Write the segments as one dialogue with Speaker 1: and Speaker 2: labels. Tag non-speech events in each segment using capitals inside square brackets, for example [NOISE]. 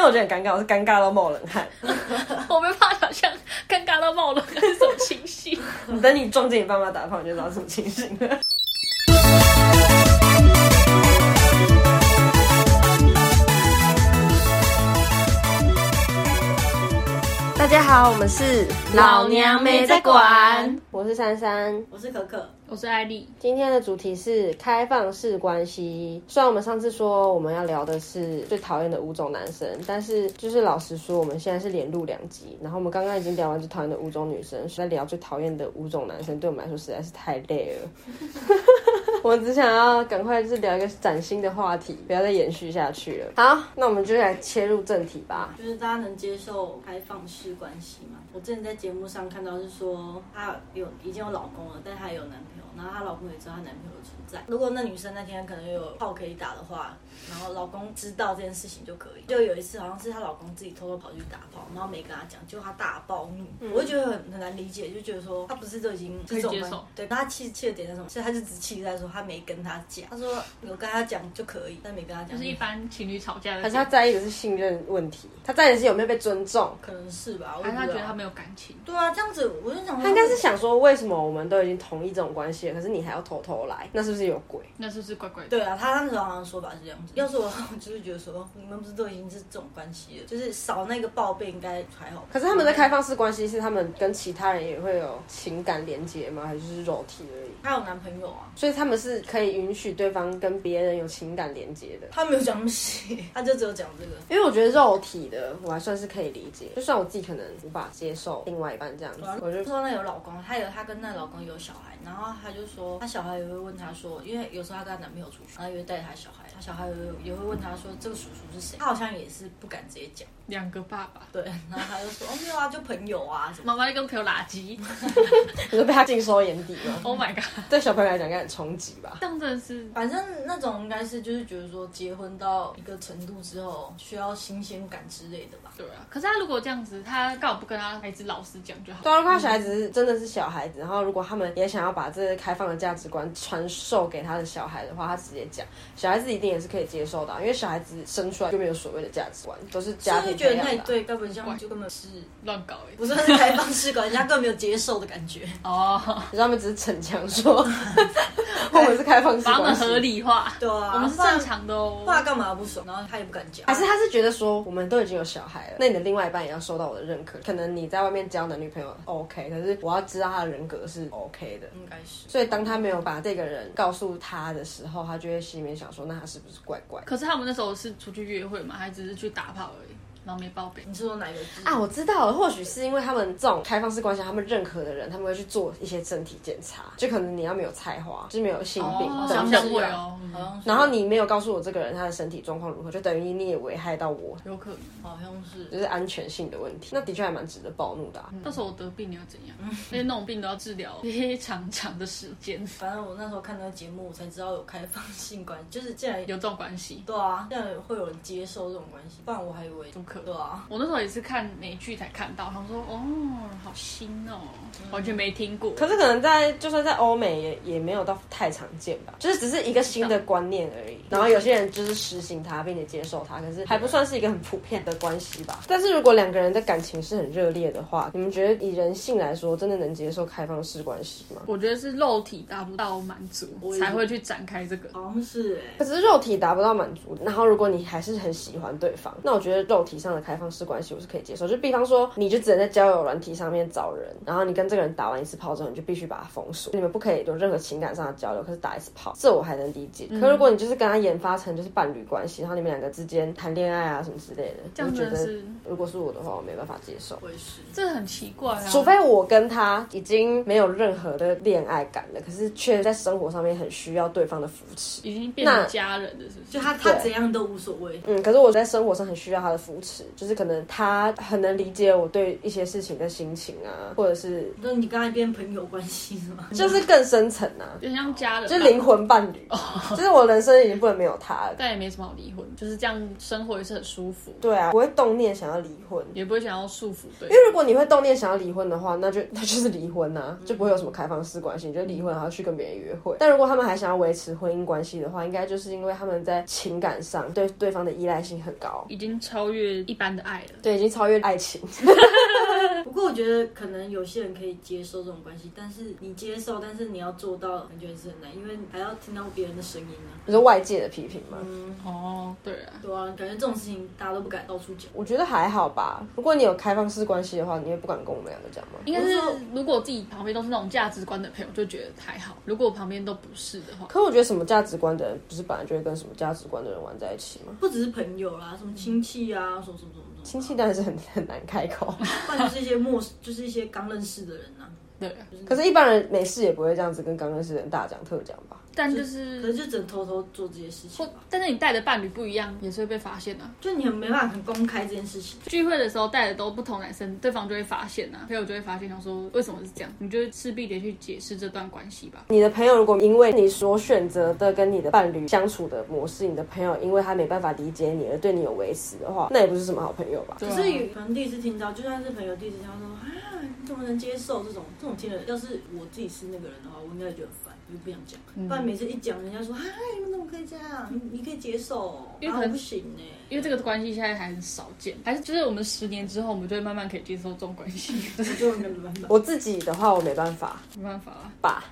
Speaker 1: 为我觉得很尴尬，我是尴尬到冒冷汗。
Speaker 2: [LAUGHS] 我没办法想象尴尬到冒冷汗是什么情绪。
Speaker 1: 你等你撞见你爸妈打炮，你就知道什么情形了。大家好，我们是
Speaker 2: 老娘没在管，
Speaker 1: 我是珊珊。
Speaker 3: 我是可可，
Speaker 2: 我是艾丽，
Speaker 1: 今天的主题是开放式关系。虽然我们上次说我们要聊的是最讨厌的五种男生，但是就是老实说，我们现在是连录两集，然后我们刚刚已经聊完最讨厌的五种女生，所以在聊最讨厌的五种男生，对我们来说实在是太累了。我们只想要赶快就是聊一个崭新的话题，不要再延续下去了。好，那我们就来切入正题吧。
Speaker 3: 就是大家能接受开放式关系吗？我之前在节目上看到是说她有已经有老公了，但她有男朋友，然后她老公也知道她男朋友的存在。如果那女生那天可能有炮可以打的话，然后老公知道这件事情就可以。就有一次好像是她老公自己偷偷跑去打炮，然后没跟她讲，结果她大暴怒，我就觉得很很难理解，就觉得说她不是都已经
Speaker 2: 嗯可以接受
Speaker 3: 这种关对，她气气的点是什么？所以她就只气在说她没跟她讲，她说有跟她讲就可以，但没跟她讲
Speaker 2: 就是一般情侣吵架的
Speaker 1: 可
Speaker 2: 点，
Speaker 1: 是他在意的是信任问题，他在意的是有没有被尊重。
Speaker 3: 可能是吧，我
Speaker 2: 还
Speaker 3: 也
Speaker 2: 是他
Speaker 3: 不知
Speaker 2: 觉
Speaker 3: 道
Speaker 2: 得他没有感情，
Speaker 3: 对啊，这样子我就想说
Speaker 1: 他应该是想说，为什么我们都已经同意这种关系了，可是你还要偷偷来，那是不是有鬼？
Speaker 2: 那是不是怪怪的？
Speaker 3: 对啊，他那时候好像说法是这样子。要是我， [LAUGHS] 我就是觉得说，你们不是都已经是这种关系了，就是少那个报备应该还好吧。
Speaker 1: 可是他们在开放式关系是他们跟其他人也会有情感连接吗？还是就是肉体而已？
Speaker 3: 她有男朋友啊，
Speaker 1: 所以他们是可以允许对方跟别人有情感连接的。
Speaker 3: 她没有讲那么细，她就只有讲这个。
Speaker 1: 因为我觉得肉体的我还算是可以理解，就算我自己可能无法接受另外一半这样子
Speaker 3: 对啊，
Speaker 1: 我就 [LAUGHS]
Speaker 3: 说那有老公，她有她跟那老公有小孩，然后她就说她小孩也会问她说，因为有时候她跟她男朋友出去，然后也会带她小孩，她小孩也会也会问她说这个叔叔是谁，她好像也是不敢直接讲，
Speaker 2: 两个爸爸，
Speaker 3: 对，然后她就说哦没有啊，就朋友啊什么，
Speaker 2: 妈妈就跟朋友垃
Speaker 3: [LAUGHS]
Speaker 2: 圾
Speaker 1: 你就被他尽收眼底了。
Speaker 2: ，Oh my god，
Speaker 1: 对小朋友来讲，应该很冲击吧？
Speaker 2: 这样真的是
Speaker 3: 反正那种应该是就是觉得说结婚到一个程度之后需要新鲜感之类的吧。
Speaker 2: 对啊。可是他如果这样子，他干嘛不跟他孩子老实讲就好
Speaker 1: 对？啊，如果他小孩子是真的是小孩子，然后如果他们也想要把这些开放的价值观传授给他的小孩的话，他直接讲，小孩子一定也是可以接受的啊、因为小孩子生出来就没有所谓的价值观，都是家
Speaker 3: 所以
Speaker 1: 庭
Speaker 3: 就觉得
Speaker 1: 培
Speaker 3: 那
Speaker 1: 养
Speaker 3: 一
Speaker 1: 的啊。
Speaker 3: 对根本像就根本是
Speaker 2: 乱搞哎、
Speaker 3: 不算是开放式关系，他根本没有接受的
Speaker 1: [LAUGHS]
Speaker 3: 感觉。
Speaker 2: 哦，
Speaker 1: 啊你知道他们只是逞强说，我们是开放式
Speaker 2: 把他们
Speaker 3: [LAUGHS]
Speaker 1: 关
Speaker 2: 合
Speaker 1: 系。
Speaker 2: 理化，
Speaker 3: 对啊
Speaker 2: 我们是正常的
Speaker 3: 不然
Speaker 2: 哦。
Speaker 3: 干嘛不爽？然后他也不敢讲，
Speaker 1: 还是他是觉得说，我们都已经有小孩了，那你的另外一半也要受到我的认可。可能你在外面交男女朋友 OK，可是我要知道他的人格是 OK 的。
Speaker 3: 应该是
Speaker 1: 所以当他没有把这个人告诉他的时候，他就会心里面想说，那他是不是怪怪的？
Speaker 2: 可是他们那时候是出去约会嘛，还只是去打炮而已，然后没报备。
Speaker 3: 你是说哪一个字
Speaker 1: 啊，？我知道了，或许是因为他们这种开放式关系，他们认可的人，他们会去做一些身体检查，就可能你要没有菜花，就是没有性病
Speaker 2: 哦
Speaker 1: 等
Speaker 2: 想
Speaker 1: 等。
Speaker 2: 不
Speaker 3: 像
Speaker 2: 想
Speaker 3: 是
Speaker 2: 我
Speaker 3: 啊
Speaker 2: 哦嗯
Speaker 3: 好像是
Speaker 1: 然后你没有告诉我这个人他的身体状况如何，就等于你也危害到我，
Speaker 2: 有可能，
Speaker 3: 好像是
Speaker 1: 就是安全性的问题。那的确还蛮值得暴怒的、啊。
Speaker 2: 到时候我得病你又怎样？而且那种病都要治疗非常长的时间，
Speaker 3: 反正我那时候看那个节目，我才知道有开放性关系， [LAUGHS] 就是竟然有
Speaker 2: 有这种关系。
Speaker 3: 对啊，竟然会有人接受这种关系，不然我还以为
Speaker 2: 不可
Speaker 3: 对啊。
Speaker 2: 我那时候也是看美剧才看到，他说哦，好新哦，完全没听过。
Speaker 1: 嗯可是可能在就算在欧美也也没有到太常见吧，就是只是一个新的观念而已。然后有些人就是实行它并且接受它，可是还不算是一个很普遍的关系吧。但是如果两个人的感情是很热烈的话，你们觉得以人性来说，真的能接受开放式关系吗？
Speaker 2: 我觉得是肉体达不到满足
Speaker 3: 我，也
Speaker 2: 才会去展开这个。
Speaker 3: 好像是
Speaker 1: 可
Speaker 3: 哎、
Speaker 1: 是肉体达不到满足，然后如果你还是很喜欢对方，那我觉得肉体上的开放式关系我是可以接受。就比方说，你就只能在交友软体上面找人，然后你跟这个人打完一次炮之后，你就必须把他封锁，你们不可以有任何情感上的交流。可是打一次炮，这我还能理解。可如果你就是跟他研发成就是伴侣关系，然后你们两个之间谈恋爱啊什么之类的，
Speaker 2: 这样
Speaker 1: 我觉
Speaker 2: 真的
Speaker 1: 得
Speaker 2: 是，
Speaker 1: 如果是我的话，我没办法接受。
Speaker 3: 我也是。
Speaker 2: 这很奇怪啊。
Speaker 1: 除非我跟他已经没有任何的恋爱感了，可是却在生活上面很需要对方的扶持。
Speaker 2: 已经变成家人了，是不是？
Speaker 3: 就他他
Speaker 1: 对
Speaker 3: 怎样都无所谓，
Speaker 1: 嗯，可是我在生活上很需要他的扶持，就是可能他很能理解我对一些事情的心情啊，或者是
Speaker 3: 那你刚才变朋友关系是吗？ [LAUGHS]
Speaker 1: 就是更深层啊，
Speaker 2: 就像家人吧，
Speaker 1: 就是灵魂伴侣，就是我人生已经不能没有他了。
Speaker 2: 但也没什么好离婚，就是这样生活也是很舒服，
Speaker 1: 对啊，我会动念想要离婚，
Speaker 2: 也不会想要束缚对
Speaker 1: 因
Speaker 2: 方。
Speaker 1: 为如果你会动念想要离婚的话，那就那就是离婚呐、啊就不会有什么开放式关系，你就离婚然后去跟别人约会。但如果他们还想要维持婚
Speaker 2: 嗯
Speaker 1: 姻关系的话，应该就是因为他们在情感上对对方的依赖性很高，
Speaker 2: 已经超越是一般的爱了。
Speaker 1: 对，已经超越爱情。
Speaker 3: 不过我觉得可能有些人可以接受这种关系，但是你接受，但是你要做到，感觉也是很难，因为还要听到别人的声音呢、
Speaker 1: 你说外界的批评吗？
Speaker 3: 嗯，
Speaker 2: 哦，对啊，
Speaker 3: 对啊，感觉这种事情大家都不敢到处讲。
Speaker 1: 我觉得还好吧。如果你有开放式关系的话，你会不敢跟我们两个讲吗？
Speaker 2: 应该是
Speaker 3: 我说
Speaker 2: 如果自己旁边都是那种价值观的朋友，就觉得还好；如果旁边都不是的话，
Speaker 1: 可我觉得什么价值观的人，不是本来就会跟什么价值观的人玩在一起吗？
Speaker 3: 不只是朋友啦，什么亲戚啊，什么什么什么什么，
Speaker 1: 亲戚当然是很很难开口，
Speaker 3: 不然就是一些陌，就是一些刚认识的人呐、
Speaker 2: 对啊，
Speaker 3: 就是
Speaker 1: 可是，一般人没事也不会这样子跟刚认识的人大讲特讲吧？
Speaker 2: 但就
Speaker 3: 可是
Speaker 2: 是
Speaker 3: 就只能偷偷做这些事情
Speaker 2: 或
Speaker 3: 吧，
Speaker 2: 但是你带的伴侣不一样，也是会被发现啊。
Speaker 3: 就你很没办法很公开这件事情。
Speaker 2: 聚会的时候带的都不同男生，对方就会发现啊，朋友就会发现，想说为什么是这样，你就势必得去解释这段关系吧。
Speaker 1: 你的朋友如果因为你所选择的跟你的伴侣相处的模式，你的朋友因为他没办法理解你而对你有维持的话，那也不是什么好朋友吧？
Speaker 2: 对
Speaker 3: 可
Speaker 2: 啊
Speaker 3: 是有可能第一次听到，就算是朋友第一次听到说啊，你怎么能接受这种这种听了？要是我自己是那个人的话，我应该觉得很烦，我就不想讲。不然每次一讲，人家说啊，你们怎么可以这样？你你可以接受哦，
Speaker 2: 因为
Speaker 3: 然
Speaker 2: 可
Speaker 3: 后
Speaker 2: 能
Speaker 3: 我不行欸呢、
Speaker 2: 因为这个关系现在还很少见，还是就是我们十年之后，我们就会慢慢可以接受这种关系， [LAUGHS]
Speaker 3: 我就没办法。
Speaker 1: 我自己的话，我没办法
Speaker 2: 没办法啊啦。
Speaker 1: 吧。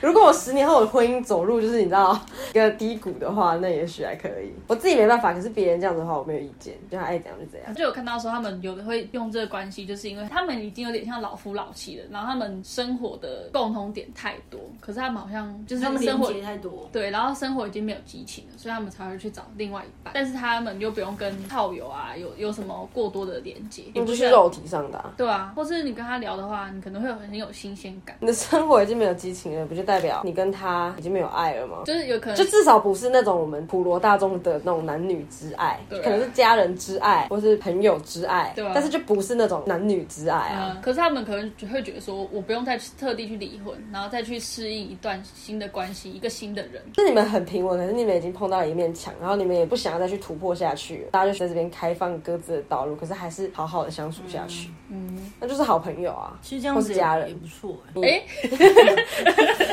Speaker 1: 如果我十年后我的婚姻走入就是你知道一个低谷的话，那也许还可以。我自己没办法，可是别人这样子的话，我没有意见，就他爱怎样就怎样。
Speaker 2: 就有看到说他们有的会用这个关系，就是因为他们已经有点像老夫老妻了，然后他们生活的共同点太多，可是他们好像就是
Speaker 3: [LAUGHS] 他们
Speaker 2: 生
Speaker 3: 连
Speaker 2: 活
Speaker 3: 接太多，
Speaker 2: 对，然后生活已经没有激情了，所以他们才会去找另外一半，但是他们又不用跟炮友啊有有什么过多的连接，也
Speaker 1: 那嗯
Speaker 2: 不
Speaker 1: 就是
Speaker 2: 需要
Speaker 1: 肉体上的、啊。
Speaker 2: 对啊，或是你跟他聊的话，你可能会有很有新鲜感，
Speaker 1: 你的生活已经没有激情了，不就代表你跟他已经没有爱了吗？
Speaker 2: 就是有可能
Speaker 1: 就至少不是那种我们普罗大众的那种男女之爱，
Speaker 2: 对啊
Speaker 1: 可能是家人之爱，或是朋友之爱，
Speaker 2: 对啊
Speaker 1: 但是就不是那种男女之爱啊。
Speaker 2: 嗯，可是他们可能就会觉得说，我不用再去特地去离婚，然后再去适应一段新的关系，一个新的人。
Speaker 1: 是你们很平稳，可是你们已经碰到了一面墙，然后你们也不想要再去突破下去了，大家就在这边开放各自的道路，可是还是好好的相处下去，
Speaker 2: 嗯，
Speaker 1: 那就是好朋友啊。
Speaker 3: 其实这样
Speaker 1: 或
Speaker 3: 子
Speaker 1: 是家
Speaker 3: 也
Speaker 1: 人
Speaker 3: 也不错、欸。
Speaker 2: 哎、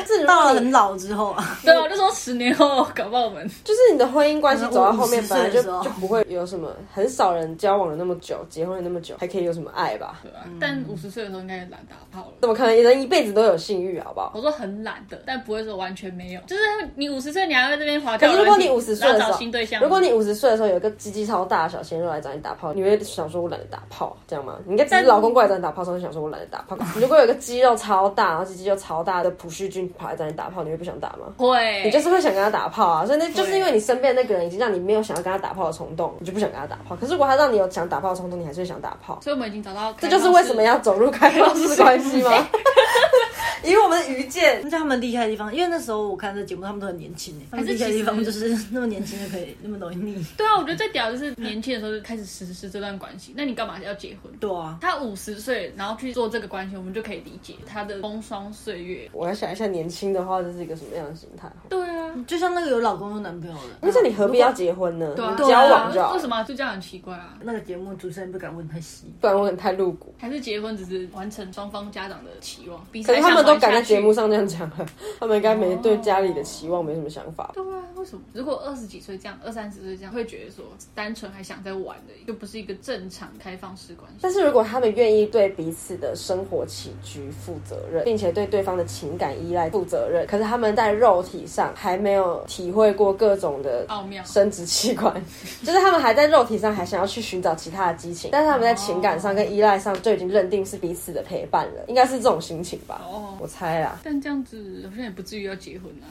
Speaker 1: 是
Speaker 3: 到
Speaker 1: 到
Speaker 3: 了
Speaker 1: 了
Speaker 3: 很老之后 [LAUGHS] 啊，
Speaker 2: 对啊，我就说十年后搞不好我们
Speaker 1: 就是你的婚姻关系走到后面，
Speaker 3: 可
Speaker 1: 本
Speaker 3: 能
Speaker 1: 来就
Speaker 3: 我50岁的时候
Speaker 1: 就不会有什么，很少人交往了那么久，结婚了那么久，还可以有什么爱吧？
Speaker 2: 对啊，但五十岁的时候应该也懒打炮了。
Speaker 1: 怎么可能人一辈子都有性欲，好不好？
Speaker 2: 我说很懒的，但不会说完全没有，就是你五十岁你还会这边滑
Speaker 1: 可
Speaker 2: 掉
Speaker 1: 是
Speaker 2: 软体，
Speaker 1: 如果你五十岁的
Speaker 2: 然
Speaker 1: 时
Speaker 2: 后找
Speaker 1: 候
Speaker 2: 新对，象，
Speaker 1: 如果你五十岁的时候有一个鸡鸡超大的小鲜肉来找你打炮，你会想说我懒得打炮，这样吗？你应该只是
Speaker 2: 但
Speaker 1: 老公过来找你打炮，时候想说我懒得打炮。如果有一个肌肉超大，然后鸡鸡又超大的普旭俊跑来找你打炮，你会不想打吗？
Speaker 2: 会，
Speaker 1: 你就是会想跟他打炮啊，所以那就是
Speaker 2: 会
Speaker 1: 因为你身边那个人已经让你没有想要跟他打炮的冲动，你就不想跟他打炮。可是如果他让你有想打炮的冲动，你还是会想打炮。
Speaker 2: 所以我们已经找到，
Speaker 1: 这就是为什么要走入开放式关系吗？
Speaker 2: [LAUGHS]
Speaker 1: 以我们的愚见，
Speaker 3: 那是他们厉害的地方。因为那时候我看这节目，他们都很年轻欸诶、他们厉害的地方就是 [LAUGHS] 那么年轻就可以那么容易腻。
Speaker 2: 对啊，我觉得最屌就是年轻的时候就开始实施这段关系，那你干嘛要结婚？
Speaker 3: 对啊，
Speaker 2: 他五十岁，然后去做这个关系，我们就可以理解他的风霜岁月。
Speaker 1: 我要想一下，年轻的话这是一个什么样的心态？
Speaker 2: 对啊，
Speaker 3: 就像那个有老公有男朋友的，
Speaker 1: 而且你何必要结婚呢？
Speaker 2: 对啊，
Speaker 1: 你交往就好。
Speaker 2: 为什么就这样很奇怪啊？
Speaker 3: 那个节目主持人不敢问太细，
Speaker 1: 不然我很太露骨。
Speaker 2: 还是结婚只是完成双方家长的期望？比
Speaker 1: 可
Speaker 2: 赛
Speaker 1: 是他们都敢在
Speaker 2: 在
Speaker 1: 节目。上这样讲了， [LAUGHS] 他们应该没对家里的期望没什么想法吧。
Speaker 2: 对啊，为什么？如果二十几岁这样，二三十岁这样，会觉得说单纯还想再玩的，就不是一个正常开放式关系。
Speaker 1: 但是如果他们愿意对彼此的生活起居负责任，并且对对方的情感依赖负责任，可是他们在肉体上还没有体会过各种的
Speaker 2: 奥妙，
Speaker 1: 生殖器官， [LAUGHS] 就是他们还在肉体上还想要去寻找其他的激
Speaker 2: 哦
Speaker 1: 情，但是他们在情感上跟依赖上就已经认定是彼此的陪伴了，应该是这种心情吧？
Speaker 2: 哦
Speaker 1: 我猜啊啦。
Speaker 2: 但这样子好像也不至于要结婚
Speaker 1: [LAUGHS]
Speaker 2: 啊，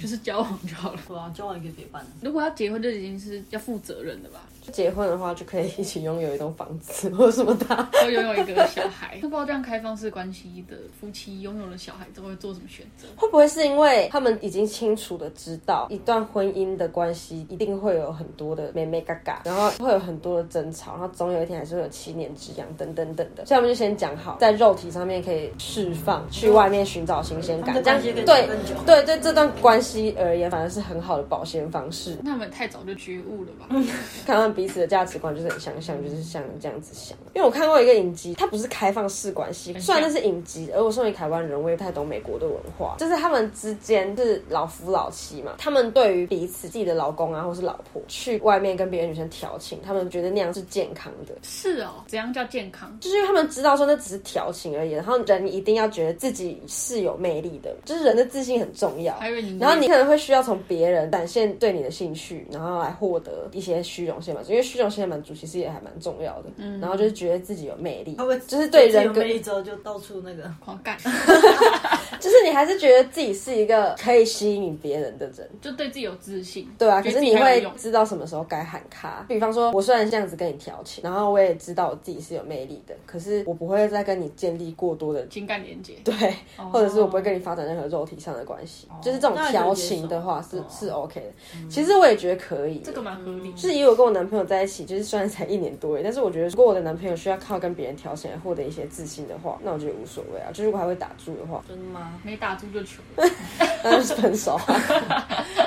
Speaker 2: 就是交往就好了。
Speaker 3: 对啊，交往也可以陪伴的。
Speaker 2: 如果要结婚，就已经是要负责任的吧？
Speaker 1: 就结婚的话，就可以一起拥有一栋房子 [LAUGHS] 或什么的。
Speaker 2: 都拥有一个小孩，不知道这样开放式关系的夫妻拥有了小孩之后会做什么选择？
Speaker 1: 会不会是因为他们已经清楚的知道，一段婚姻的关系一定会有很多的妹妹嘎嘎，然后会有很多的争吵，然后总有一天还是会有七年之痒等等等的，所以他们就先讲好，在肉体上面可以释放，去外面寻找新鲜感，这
Speaker 3: 他
Speaker 1: 样
Speaker 3: 们的关系可以
Speaker 1: 对
Speaker 3: 更久
Speaker 1: 对对这段关系而言，反而是很好的保鲜方式。
Speaker 2: 那我们太早就觉悟了吧？
Speaker 1: 看他们彼此的价值观就是很相像，就是像这样子想。因为我看过一个影集，它不是开放式关系，
Speaker 2: 很
Speaker 1: 虽
Speaker 2: 像
Speaker 1: 然那是影集，而我身为台湾人，我也不太懂美国的文化，就是他们之间是老夫老妻嘛，他们对于彼此自己的老公啊或是老婆去外面跟别的女生调情，他们觉得那样是健康的。
Speaker 2: 是哦，怎样叫健康？
Speaker 1: 就是因为他们知道说那只是调情而已，然后人一定要觉得自己是有魅力的，就是人的自信很重要。
Speaker 2: 还以为你
Speaker 1: 然后你可能会需要从别人展现对你的兴趣，然后来获得一些虚荣心满足，因为虚荣心的满足其实也还蛮重要的。嗯，然后就是觉得自己有魅力
Speaker 3: 会不会，
Speaker 1: 就是对人
Speaker 3: 有
Speaker 1: 格
Speaker 3: 魅，力之后就到处那个？
Speaker 2: 狂
Speaker 1: [LAUGHS]
Speaker 2: 干，
Speaker 1: 就是你还是觉得自己是一个可以吸引别人的人。
Speaker 2: 就对自己有自信。
Speaker 1: 对啊，可
Speaker 2: 觉
Speaker 1: 是
Speaker 2: 得自
Speaker 1: 你
Speaker 2: 己很有
Speaker 1: 会
Speaker 2: 用
Speaker 1: 知道什么时候该喊卡。比方说，我虽然这样子跟你调情，然后我也知道我自己是有魅力的，可是我不会再跟你建立过多的
Speaker 2: 情感连接，
Speaker 1: [LAUGHS] 对，
Speaker 2: 哦
Speaker 1: 或者是我不会跟你发展任何肉体上的关系，就是这种
Speaker 3: 那你可以
Speaker 1: 调
Speaker 3: 接
Speaker 1: 情
Speaker 3: 受
Speaker 1: 的话是、
Speaker 3: 哦
Speaker 1: 是 OK 的。其实我也觉得可以，
Speaker 2: 这个蛮合理。
Speaker 1: 就是以我跟我男朋友在一起，就是虽然才一年多而已，但是我觉得如果我的男朋友需要靠跟别人调情来获得一些自信的话，那我觉得无所谓啊。就是如果还会打住的话，
Speaker 3: 真的吗？
Speaker 2: 没打住就求，
Speaker 1: 那就是分手啊。
Speaker 3: [LAUGHS]
Speaker 1: [LAUGHS]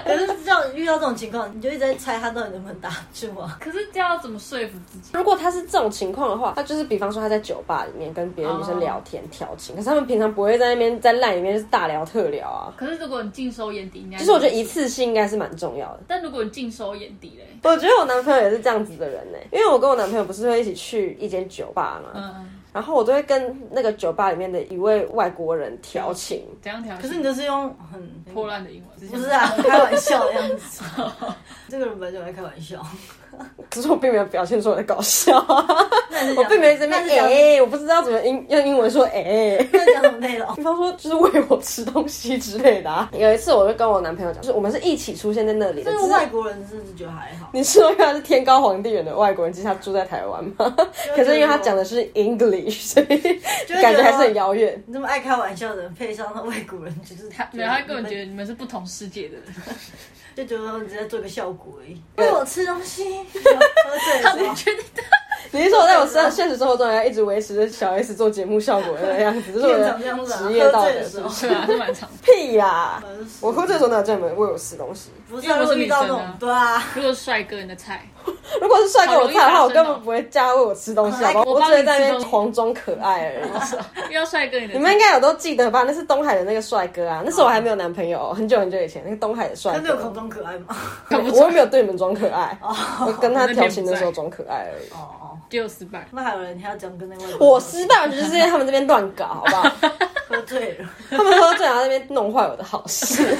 Speaker 3: 可是这样遇到这种情况，你就一直在猜他到底能不能打住啊？
Speaker 2: 可是这样要怎么说服自己？
Speaker 1: 如果他是这种情况的话，他就是比方说他在酒吧里面跟别的女生聊天调情，可是他们平常不会在那边在烂里面就是大聊特聊啊。
Speaker 2: 可是如果你尽收眼底，应该
Speaker 1: 就是我觉得一，次性应该是蛮重要的。
Speaker 2: 但如果你尽收眼底嘞，
Speaker 1: 我觉得我男朋友也是这样子的人呢、因为我跟我男朋友不是会一起去一间酒吧嘛，
Speaker 2: 嗯，
Speaker 1: 然后我都会跟那个酒吧里面的一位外国人调情，
Speaker 2: 怎样调？
Speaker 3: 可是你都是用很
Speaker 2: 破烂的英文，
Speaker 3: 不是啊，开玩笑的样子。这个人本来就爱开玩笑，
Speaker 1: 可是我并没有表现出我的搞笑啊， [LAUGHS] 我
Speaker 3: 我
Speaker 1: 并没有这边
Speaker 3: 那是讲
Speaker 1: 哎、我不知道怎么英用英文说哎、
Speaker 3: 那讲什么
Speaker 1: [LAUGHS]
Speaker 3: 内容？
Speaker 1: 比方说就是喂我吃东西之类的、啊。 [LAUGHS] 有一次我就跟我男朋友讲，就是我们是一起出现在那 [LAUGHS] 里的，
Speaker 3: 这
Speaker 1: 只
Speaker 3: 个
Speaker 1: 是
Speaker 3: 外国人真的觉得还好，
Speaker 1: 你是说因为他是天高皇帝远的外国人，其实他住在台湾 [LAUGHS] 吗？可是因为他讲的是 English，所以
Speaker 3: 就
Speaker 1: [LAUGHS]
Speaker 3: 会
Speaker 1: 感觉
Speaker 3: 觉得
Speaker 1: 还是很遥远。 [LAUGHS]
Speaker 3: 你这么爱开玩笑的人，配上那外国人，就是
Speaker 2: 他没有，他根本觉得你们是不同世界的人。
Speaker 3: 就觉得你只在做个效果而已。喂我吃东西，喝醉了
Speaker 2: [LAUGHS]
Speaker 3: 是吗
Speaker 2: 觉得
Speaker 1: 你是说我在我身上现实生活中要一直维持着小 S 做节目效果的样子，这是我
Speaker 3: 变
Speaker 1: 的
Speaker 3: 成这样子啊
Speaker 1: 职业道
Speaker 3: 喝醉
Speaker 1: 德，
Speaker 3: 的时
Speaker 1: 是
Speaker 3: 候
Speaker 1: 不是？
Speaker 2: 对啊，是蛮长。
Speaker 1: 屁啦！
Speaker 3: 烦死
Speaker 1: 我喝醉的时候哪有叫你们喂我吃东西？
Speaker 3: 不是
Speaker 2: 因为
Speaker 3: 啊，
Speaker 2: 我
Speaker 3: 如
Speaker 2: 是
Speaker 3: 果
Speaker 2: 女
Speaker 3: 遇
Speaker 2: 生啊
Speaker 3: 到那种，对啊，
Speaker 2: 如果是帅哥，你的菜，
Speaker 1: 如果是帅哥我菜的话，
Speaker 2: 好
Speaker 1: 我
Speaker 2: 容易发生
Speaker 1: 根
Speaker 2: 哦
Speaker 1: 本不会叫他喂我吃东西，好
Speaker 3: 来
Speaker 1: 不好？
Speaker 2: 我
Speaker 1: 我
Speaker 2: 帮
Speaker 1: 只
Speaker 2: 你
Speaker 1: 会在那
Speaker 2: 吃东
Speaker 1: 边
Speaker 2: 西
Speaker 1: 狂装可爱而已。
Speaker 2: 遇到帅哥你
Speaker 1: 你
Speaker 2: 的菜，
Speaker 1: 们应该有都记得吧？那是东海的那个帅哥啊，那时候我还没有男朋友哦，很久很久以前，那个东海的帅
Speaker 3: 他没有
Speaker 1: 哥
Speaker 3: 空。中可爱吗？
Speaker 2: 看不
Speaker 1: [LAUGHS]
Speaker 2: 出
Speaker 1: 我又没有对你们装可爱，我跟他调情的时候
Speaker 2: 那天不在
Speaker 1: 装可爱而已。
Speaker 3: 哦哦，
Speaker 2: 只有失败。
Speaker 3: 那还有人还要讲跟那外国人
Speaker 1: 我失败就是因为他们这边乱搞，好不好？
Speaker 3: 喝醉了，
Speaker 1: 他们喝醉然后在那边弄坏我的好事。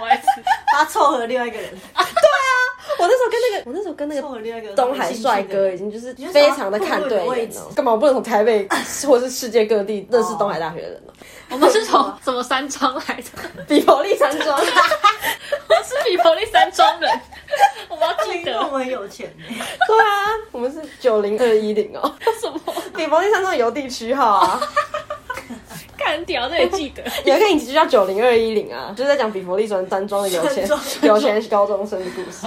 Speaker 2: 我爱吃，
Speaker 3: 他凑合另外一个
Speaker 1: [LAUGHS]
Speaker 3: 人，
Speaker 1: 我那时候跟那个，我那时候跟那个
Speaker 3: 凑合另外一个人
Speaker 1: 东海帅哥已经就是非常的看对
Speaker 3: 你
Speaker 1: 眼
Speaker 3: 就想要
Speaker 1: 了
Speaker 3: 混入你的位置。
Speaker 1: 干嘛我不能从台北或是世界各地认识东海大学的人呢？
Speaker 2: 我们是从什么山庄来的？
Speaker 1: 比佛利山庄，对
Speaker 2: 我是比佛利山庄人， [LAUGHS] 我要记
Speaker 3: 听说我
Speaker 2: 得
Speaker 3: 们有钱呢，
Speaker 1: 啊，我们是九零二一零哦。
Speaker 2: 什么
Speaker 1: 比佛利山庄有地区号
Speaker 3: 哦
Speaker 1: 啊，
Speaker 2: 干屌，这也记得。
Speaker 1: 有一个影集就叫九零二一零啊，就是在讲比佛利山山庄的有钱
Speaker 3: 山庄
Speaker 1: 有钱高中生的故事。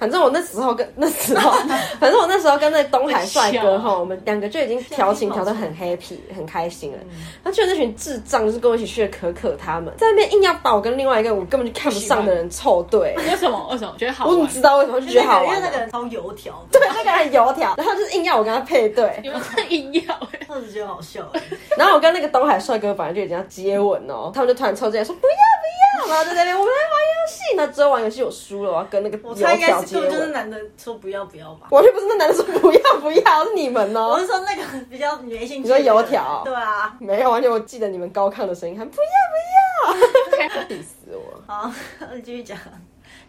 Speaker 1: 反正我那时候跟那时候， [LAUGHS] 反正我那时候跟那东海帅哥
Speaker 3: [LAUGHS]
Speaker 1: 哈，我们两个就已经调情调得很 happy 很开心了。
Speaker 3: 嗯
Speaker 1: 他居然那群智障，就是跟我一起去的可可他们，在那边硬要把我跟另外一个我根本就看不上的人凑
Speaker 3: [LAUGHS]
Speaker 1: 对，
Speaker 2: 为什么？为什么？觉得好
Speaker 1: 我怎么
Speaker 2: 玩？
Speaker 1: 知道为什 [LAUGHS] 么就觉得好
Speaker 3: 因
Speaker 1: 玩
Speaker 3: 为
Speaker 1: 啊、
Speaker 3: 那个人超油条，
Speaker 1: 对，那个人油条，然后就是硬要我跟他配对，
Speaker 2: 有没有硬要、
Speaker 3: [LAUGHS]
Speaker 2: 欸？
Speaker 3: 我只觉得好笑
Speaker 1: [LAUGHS]
Speaker 3: 哎。
Speaker 1: 然后我跟那个东海帅哥本来就已经要接吻哦，他们就突然凑近来说不要不要，然后就在那边我们来玩游戏，那之后玩游戏我输了，我要跟那个
Speaker 3: 我
Speaker 1: 油
Speaker 3: 猜应该
Speaker 1: 条
Speaker 3: 是
Speaker 1: 接
Speaker 3: 根本就是
Speaker 1: 吻，
Speaker 3: 男的说不要不要吧。
Speaker 1: 我就不是那男的说不要不要，是你们
Speaker 3: 我
Speaker 1: 哦
Speaker 3: 是，说那个比较没兴趣。
Speaker 1: 你说油条
Speaker 3: 对啊，
Speaker 1: 没有，完全我记得你们高亢的声音，还不要不要，气死我！
Speaker 3: 好， [LAUGHS] 你继续讲。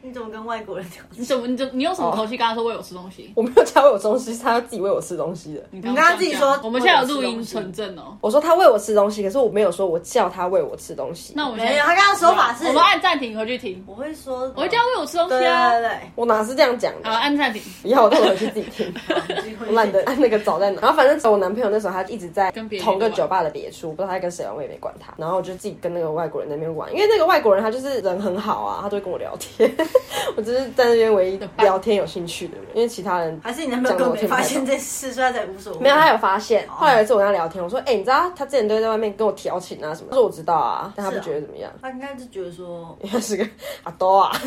Speaker 3: 你怎么跟外国人
Speaker 1: [LAUGHS]
Speaker 3: 聊？
Speaker 2: 你怎么？你怎么？你用什么口气跟他说喂我吃东
Speaker 3: 哦
Speaker 2: 西？
Speaker 1: 我没有叫他喂我吃东西，是他自己喂我吃东西的。
Speaker 2: 你
Speaker 3: 刚刚自己说
Speaker 2: 我们现在有录音存证哦。
Speaker 1: 我说他喂我吃东西，可是我没有说我叫他喂我吃东西。
Speaker 2: 那我们
Speaker 3: 没有，他刚刚说法是，
Speaker 2: 我们按暂停回去听。
Speaker 3: 我会说，
Speaker 2: 我会叫他喂我吃东
Speaker 3: 对
Speaker 2: 西啊。
Speaker 3: 对对
Speaker 1: 我哪是这样讲的？
Speaker 2: 好，
Speaker 3: 啊
Speaker 2: 按暂停。
Speaker 1: 不要，我待会回去自己
Speaker 3: [LAUGHS]
Speaker 1: 听。
Speaker 3: 对，
Speaker 1: 我懒得按 [LAUGHS] 那个找在哪。然后反正我男朋友那时候他一直在
Speaker 2: 跟别人
Speaker 1: 同个酒吧的别处，不知道他跟谁玩，我也没管他。然后我就自己跟那个外国人那边玩，因为那个外国人他就是人很好啊，他都会跟我聊天。 [LAUGHS] 我只是在那边唯一
Speaker 2: 有伴
Speaker 1: 聊天有兴趣的人，因为其他人
Speaker 3: 还是你男朋友根本没发现这事，所以他才无所谓。
Speaker 1: 没有，他有发现。后来有一次我跟他聊天，我说：“哎、你知道他之前都在外面跟我调情啊什么？”他说：“我知道啊。”但他不
Speaker 3: 是啊
Speaker 1: 觉得怎么样， [LAUGHS]
Speaker 3: 他应该就觉得说，
Speaker 1: 因为他是个阿多啊。
Speaker 3: [LAUGHS]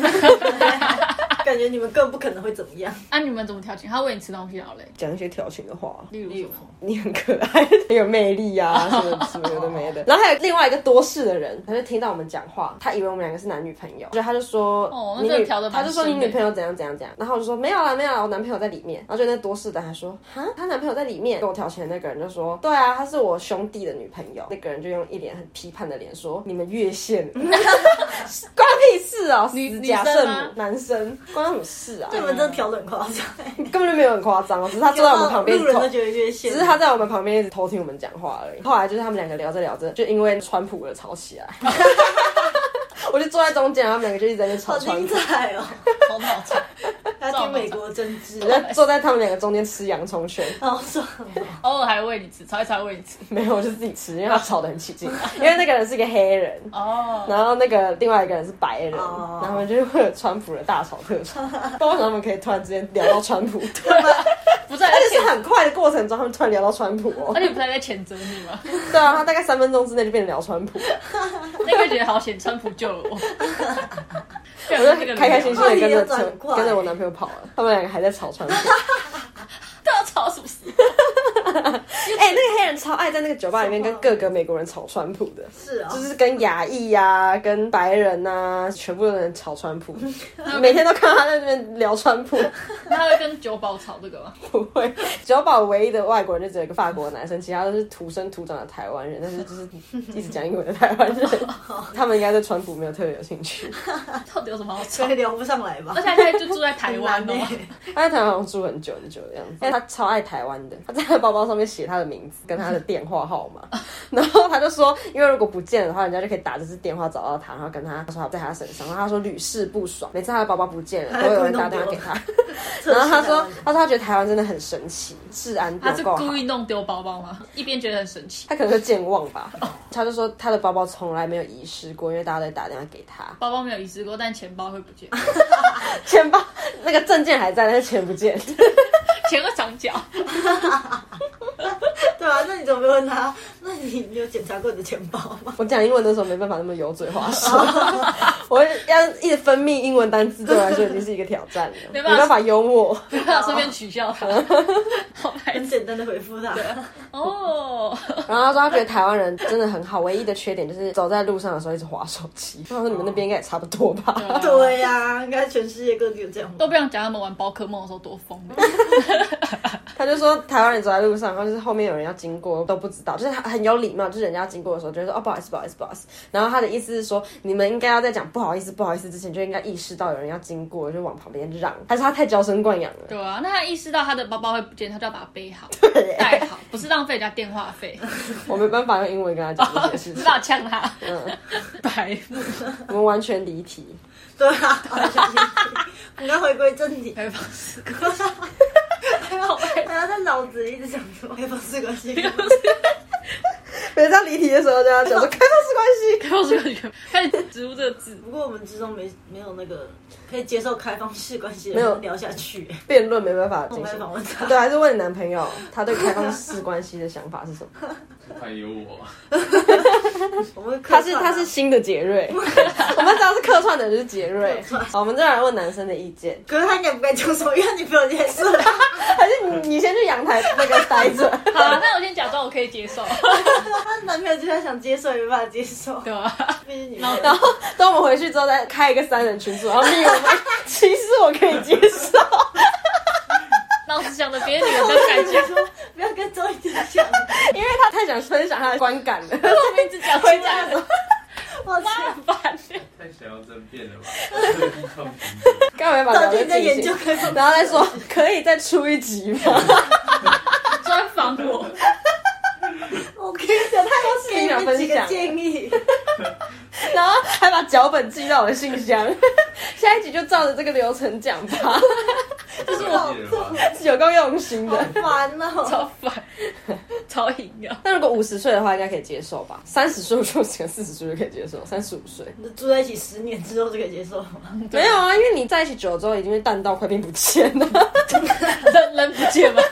Speaker 3: 感觉你们更不可能会怎么 [LAUGHS] 样。
Speaker 2: 啊，你们怎么调情？他喂你吃东西好嘞，
Speaker 1: 讲一些调情的话，
Speaker 2: 例如
Speaker 3: 例
Speaker 2: 什
Speaker 3: 如
Speaker 2: 么？
Speaker 1: 你很可爱，很有魅力 [LAUGHS] 啊，什么什么有的没的。 [LAUGHS] 然后还有另外一个多事的人，他就听到我们讲话，他以为我们两个是男女朋友，所以他就说：“
Speaker 2: 哦
Speaker 1: 你
Speaker 2: 那真的
Speaker 1: 女
Speaker 2: 调得蛮
Speaker 1: 他就说你
Speaker 2: 深的
Speaker 1: 女朋友怎样怎样怎样。”然后我就说：“没有啦，没有啦，我男朋友在里面。”然后就那多事的还说：“哈，她男朋友在里面。”跟我调情的那个人就说：“对啊，她是我兄弟的女朋友。”那个人就用一脸很批判的脸说：“你们越
Speaker 2: [LAUGHS]
Speaker 1: 线了，关他屁事哦，
Speaker 2: 女
Speaker 1: 死
Speaker 2: 女
Speaker 1: 假
Speaker 2: 生啊
Speaker 1: 圣
Speaker 2: 吗
Speaker 1: 母男生关他什么事啊？”
Speaker 3: 对你们真的调得很夸张，
Speaker 1: 根本就没有很夸张哦，只是他坐在我们旁边
Speaker 2: 啊
Speaker 3: 路人
Speaker 1: 偷
Speaker 3: 都觉得越线。
Speaker 1: 只是他在我们旁边一直偷听我们讲话而已。后来就是他们两个聊着聊着，就因为川普而吵起来。 [LAUGHS] 我就坐在中间，然后他们两个就一直在那边吵
Speaker 3: 好
Speaker 1: 川
Speaker 3: 精哦
Speaker 1: 普，
Speaker 3: 彩哦，
Speaker 2: 头脑长，
Speaker 3: [LAUGHS] 他听美国政 [LAUGHS] 治，
Speaker 1: 我在坐在他们两个中间吃洋葱圈。
Speaker 3: 好爽哦。
Speaker 2: 偶尔还喂你吃，吵一吵喂你吃。
Speaker 1: 没有，我就自己吃，因为他吵得很起
Speaker 3: [LAUGHS]
Speaker 1: 劲。因为那个人是一个黑人，
Speaker 2: 哦，
Speaker 1: 然后那个另外一个人是白人，
Speaker 3: 哦
Speaker 1: 然后就是会有川普的大吵特
Speaker 3: [LAUGHS]
Speaker 1: 吵。不知道为什么他们可以突然之间聊到川普，
Speaker 2: 不是还在
Speaker 1: 而且
Speaker 2: 谴，
Speaker 1: 是很快的过程中，他们突然聊到川普哦
Speaker 3: [LAUGHS]
Speaker 2: 而。且不是还在谴责你吗？
Speaker 1: 对啊，他大概三分钟之内就变成聊川普。
Speaker 2: 那个觉得好险，川普救了
Speaker 3: [LAUGHS]
Speaker 2: 我。
Speaker 1: 我就 [LAUGHS] 开开
Speaker 2: [LAUGHS]
Speaker 1: 心心的跟着
Speaker 3: 话题有转
Speaker 1: 车
Speaker 3: 快
Speaker 1: 跟着我男朋友跑了，他们两个还在吵川普。
Speaker 2: 都要啊吵什么事？
Speaker 1: [LAUGHS] 哎、那个黑人超爱在那个酒吧里面跟各个美国人吵川普 [LAUGHS] 的，
Speaker 3: 是啊、
Speaker 1: 就
Speaker 3: 哦，
Speaker 1: 是跟亚裔呀、跟白人呐、全部的人吵川 [LAUGHS] 普，每天都看他在那边聊川普。 [LAUGHS]
Speaker 2: 那他会跟酒保吵这个吗？ [LAUGHS]
Speaker 1: 不会，酒保唯一的外国人就只有一个法国男生，其他都是土生土长的台湾人，但是就是一直讲英文的台湾 [LAUGHS] 人，他们应该对川普没有特别有兴趣。
Speaker 2: 到底有什么好吵
Speaker 3: 所？以聊不上来吧
Speaker 2: 而。且他现在就住在台湾
Speaker 3: 很
Speaker 2: 哦
Speaker 3: 难，欸 [LAUGHS]
Speaker 1: 他在台湾好像住很久很久的样子，因为他超爱台湾的，他在他包包上面写他的名字跟他的电话号 [LAUGHS] 码，然后他就说，因为如果不见了的话，人家就可以打这支电话找到他，然后跟他说他在他身上，然后他说屡试不爽，每次他的包包哎不见了，都有人打电话给他，然后他说，他说他觉得台湾真的很神奇，治安
Speaker 2: 他
Speaker 1: 不
Speaker 2: 是
Speaker 1: 够好
Speaker 2: 故。意弄丢包包吗？一边觉得很神奇，
Speaker 1: 他可能是健忘吧，他就说他的包包从来没有遗失过，因为大家都在打电话给他，
Speaker 2: 包包没有遗失过，但钱包会不见， [LAUGHS]
Speaker 1: 钱包那个证件还在，但是钱不见。
Speaker 2: 钱会长脚。
Speaker 3: [LAUGHS] 对啊，那你怎么没问他？那你你有检查过你的钱包吗？ [LAUGHS]
Speaker 1: 我讲英文的时候没办法那么油嘴滑舌，我要一直分泌英文单词，对我来说已经是一个挑战了，没
Speaker 2: 办法
Speaker 1: 办法幽默。
Speaker 2: 不要顺便取笑他， [LAUGHS] 好白
Speaker 3: 很
Speaker 2: 痴
Speaker 3: 简单的回复他，
Speaker 2: [LAUGHS] 哦！
Speaker 1: 然后他说他觉得台湾人真的很好，唯一的缺点就是走在路上的时候一直划手机。他说你们那边应该也差不多吧？
Speaker 3: 对呀、应该全世界各地有这 [LAUGHS] 样
Speaker 2: 都不想讲他们玩宝可梦的时候多疯，
Speaker 1: 他就说台湾人走在路上，然后就是后面有人要经过都不知道，就是他很有礼貌，就是人家要经过的时候就会说哦不好意思不好意思不好意思。然后他的意思是说你们应该要在讲不好意思不好意思之前就应该意识到有人要经过，就往旁边让。还是他太娇生惯养了？
Speaker 2: 对啊，那他意识到他的包包会不见，他就要把它背好、
Speaker 1: 对
Speaker 2: 带好，不是浪费人家电话费，
Speaker 1: 我没办法用英文跟他讲这些事
Speaker 2: [LAUGHS] 不
Speaker 1: 情
Speaker 2: 是。要呛他，白目，
Speaker 1: 我们完全离题，
Speaker 3: 对啊，完全理解 [LAUGHS] 我们要回归正题。
Speaker 2: 开放式关系，好白
Speaker 3: 然后在啊脑子里一直想说开放式关系，
Speaker 1: 每次他离题的时候就要 [LAUGHS] 讲说开放式关系。
Speaker 2: 开放式关系， [LAUGHS] 开始植入这个字，
Speaker 3: 不过我们之中没没有那个可以接受开放式关系的
Speaker 1: 没有
Speaker 3: 人聊下去、欸。
Speaker 1: 辩论没办法
Speaker 3: [LAUGHS] 我
Speaker 1: 进
Speaker 3: 们来
Speaker 1: 行
Speaker 3: 访。问他，
Speaker 1: 对，还是问你男朋友，他对开放式关系的想法是 [LAUGHS] 什么？
Speaker 4: 还有我，
Speaker 3: 我们客
Speaker 1: 他是
Speaker 3: 串啊
Speaker 1: 他是新的杰 [LAUGHS] 瑞，我们只要是客串的就是杰 [LAUGHS] 瑞。好，我们再来问男生的意见，
Speaker 3: 可是他应该不该讲什么，因为他女朋友结束了。
Speaker 1: 还是你你先去阳台那个待 [LAUGHS] 着？
Speaker 2: 好、啊，那我先假装我可以接受，
Speaker 3: 她男朋友就算想接受，也没办法接受。
Speaker 2: 对啊吧？
Speaker 3: [LAUGHS] 毕竟女朋友
Speaker 1: 然后等我们回去之后再开一个三人群组，然后密我们。 [LAUGHS] 其实我可以接受，
Speaker 2: 老子想的别的女人都敢
Speaker 3: [LAUGHS]
Speaker 2: 讲，
Speaker 3: 说不要跟周一婷 [LAUGHS] 讲，
Speaker 1: 因为他太想分享他的观感了。
Speaker 2: 我名字讲出
Speaker 1: 回家
Speaker 2: 来
Speaker 1: 的时 [LAUGHS]
Speaker 2: 了，
Speaker 1: 候，
Speaker 3: 我天，
Speaker 2: 烦。
Speaker 4: 太想要争辩了吧？特地创新的
Speaker 1: 刚才把
Speaker 3: 到
Speaker 1: 聊
Speaker 3: 底
Speaker 1: 得
Speaker 3: 在研
Speaker 1: 进
Speaker 3: 究
Speaker 1: 行，
Speaker 3: 开放
Speaker 1: 然后再说可以再出一集吗？
Speaker 2: 专访我，
Speaker 3: 我 [LAUGHS] 跟你讲，他都
Speaker 1: 跟你讲分
Speaker 3: 给你几
Speaker 1: 享
Speaker 3: 个建 [LAUGHS] 议，
Speaker 1: 然后还把脚本寄到我的信箱。 [LAUGHS] 下一集就照着这个流程讲吧，
Speaker 4: [LAUGHS] 这是
Speaker 3: 我
Speaker 4: 了吧？
Speaker 1: 有够用心 [LAUGHS]
Speaker 3: 好
Speaker 1: 的。
Speaker 3: 烦哦。
Speaker 2: 超烦，超硬要。
Speaker 1: 但如果五十岁的话，应该可以接受吧？三十岁我就可能四十岁就可以接受，三十五岁
Speaker 3: 住在一起十年之后就可以接受 [LAUGHS] 吗？
Speaker 1: 没有啊，因为你在一起久了之后，已经会淡到快变不见 [LAUGHS] 了，
Speaker 2: 人 [LAUGHS] 人不见吗？
Speaker 3: [LAUGHS]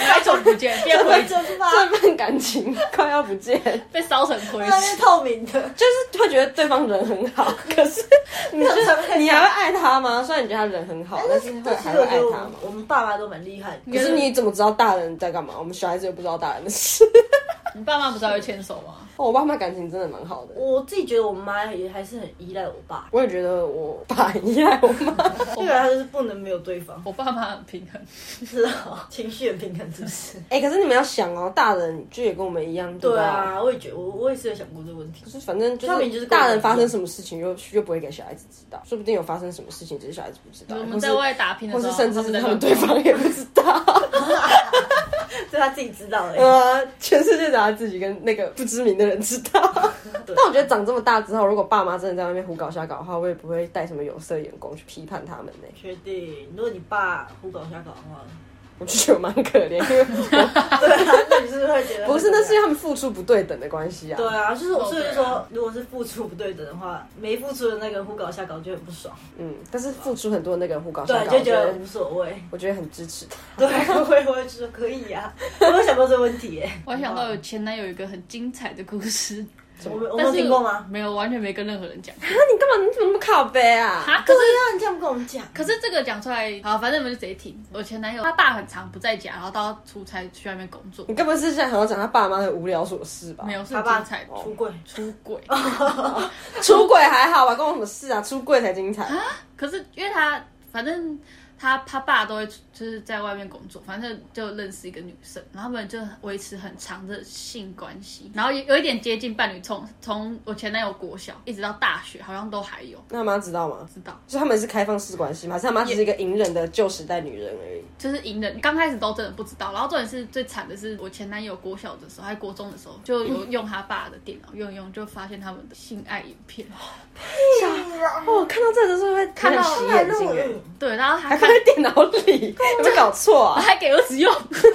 Speaker 2: 哪一种不见？变灰
Speaker 3: 真吧，
Speaker 1: 这份感情快要不见，
Speaker 2: [LAUGHS] 被烧成
Speaker 3: [LAUGHS]
Speaker 2: 灰
Speaker 3: 那是
Speaker 2: 烬。
Speaker 3: 透明的，
Speaker 1: 就是会觉得对方人很 [LAUGHS] 好，可是你就哎你还会爱他吗？虽然你觉得他人很好，但是会
Speaker 3: 但其
Speaker 1: 还
Speaker 3: 实
Speaker 1: 会
Speaker 3: 我觉
Speaker 1: 爱
Speaker 3: 得我
Speaker 1: 他吗
Speaker 3: 们？我们爸妈都蛮厉害的，
Speaker 1: 可是你怎么知道大人在干嘛？我们小孩子又不知道大人的事。
Speaker 2: 你爸妈不是还会牵手吗？
Speaker 1: 哦我爸妈感情真的蛮好的，
Speaker 3: 我自己觉得我妈也还是很依赖我爸，
Speaker 1: 我也觉得我爸很依赖我妈。
Speaker 3: 这个他就是不能没有对方， [LAUGHS]
Speaker 2: 我爸妈很平衡，
Speaker 3: 是啊，情绪很平衡，是不是？
Speaker 1: 哎、可是你们要想哦，大人就也跟我们一样，
Speaker 3: [LAUGHS] 对
Speaker 1: 吧？
Speaker 3: 啊，我也觉得，我我也是有想过这个
Speaker 1: [LAUGHS]
Speaker 3: 问题
Speaker 1: 就。是反正就
Speaker 3: 他们
Speaker 1: 是
Speaker 3: 就是跟我
Speaker 1: 大
Speaker 3: 们
Speaker 1: 人
Speaker 3: 一样
Speaker 1: 发生什么事情又又不会给小孩子知道，说不定有发生什么事情，只是小孩子不知道，
Speaker 2: 我
Speaker 1: 或
Speaker 2: 们
Speaker 1: 是
Speaker 2: 在外打拼的
Speaker 1: 或
Speaker 2: 时
Speaker 1: 是
Speaker 2: 候，
Speaker 1: 甚至是
Speaker 2: 在
Speaker 1: 他们
Speaker 2: 外
Speaker 1: 对方也不知 [LAUGHS] 道。
Speaker 3: 这他自己知道欸的。
Speaker 1: 呃，全世界只有他自己跟那个不知名的人知 [LAUGHS] 道。但我觉得长这么大之后，如果爸妈真的在外面胡搞瞎搞的话，我也不会带什么有色眼光去批判他们呢、
Speaker 3: 确定？如果你爸胡搞瞎搞的话，
Speaker 1: 我就觉得蛮可怜，因为
Speaker 3: 对啊，那你是不是会觉得
Speaker 1: [LAUGHS] 不是，那是因为
Speaker 3: 要
Speaker 1: 他们付出不对等的关系啊。
Speaker 3: 对啊，就是我所以就
Speaker 2: 对
Speaker 3: 说
Speaker 2: 啊，
Speaker 3: 如果是付出不对等的话，没付出的那个胡搞瞎搞就很不爽，
Speaker 1: 嗯，但是付出很多那个人胡搞瞎
Speaker 3: 对，啊
Speaker 1: 搞，
Speaker 3: 就
Speaker 1: 我
Speaker 3: 觉
Speaker 1: 觉
Speaker 3: 得
Speaker 1: 得啊
Speaker 3: 无所谓。
Speaker 1: 我觉得很支持他。
Speaker 3: 对， [LAUGHS] 我也我也觉得可以啊，我有想过这个问题耶。
Speaker 2: 我还想到有前男友有一个很精彩的故事，
Speaker 3: 我们我
Speaker 2: 但
Speaker 3: 们有
Speaker 2: 是
Speaker 3: 听过吗？
Speaker 2: 没有，完全没跟任何人讲。
Speaker 1: 那你干嘛？你怎么那么靠背啊？
Speaker 2: 啊，可是
Speaker 3: 啊，你这样不跟我们讲，
Speaker 2: 可是这个讲出来，好，反正你们就直接听。我前男友他爸很常不在家，然后到出差去外面工作，
Speaker 1: 你该不会是现在很想讲他爸妈的无聊琐事吧？
Speaker 2: 没有，是
Speaker 3: 他
Speaker 2: 很
Speaker 3: 爸
Speaker 2: 精
Speaker 3: 哦
Speaker 2: 彩的
Speaker 3: 出柜，
Speaker 2: 出轨。
Speaker 1: 出轨还好吧，关我什么事啊？出柜才精彩。
Speaker 2: 可是因为他反正他他爸都会出就是在外面工作，反正就认识一个女生，然后他们就维持很长的性关系，然后有有一点接近伴侣，从从我前男友国小一直到大学，好像都还有。
Speaker 1: 那他妈知道吗？
Speaker 2: 知道，
Speaker 1: 就他们是开放式关系吗？还是他妈只是一个隐忍的旧时代女人而已？
Speaker 2: 就是隐忍，刚开始都真的不知道。然后重点是最惨的是，我前男友国小的时候，还国中的时候，就有用他爸的电脑用一用，就发现他们的性爱影片。
Speaker 1: 哦，看到这个就是会
Speaker 2: 看到
Speaker 1: 洗眼睛哎，
Speaker 3: 嗯
Speaker 2: [LAUGHS] 对，然后还
Speaker 1: 还
Speaker 2: 看
Speaker 1: 放，在电脑 [LAUGHS] 里，有没有搞错啊？
Speaker 2: 还给儿子用，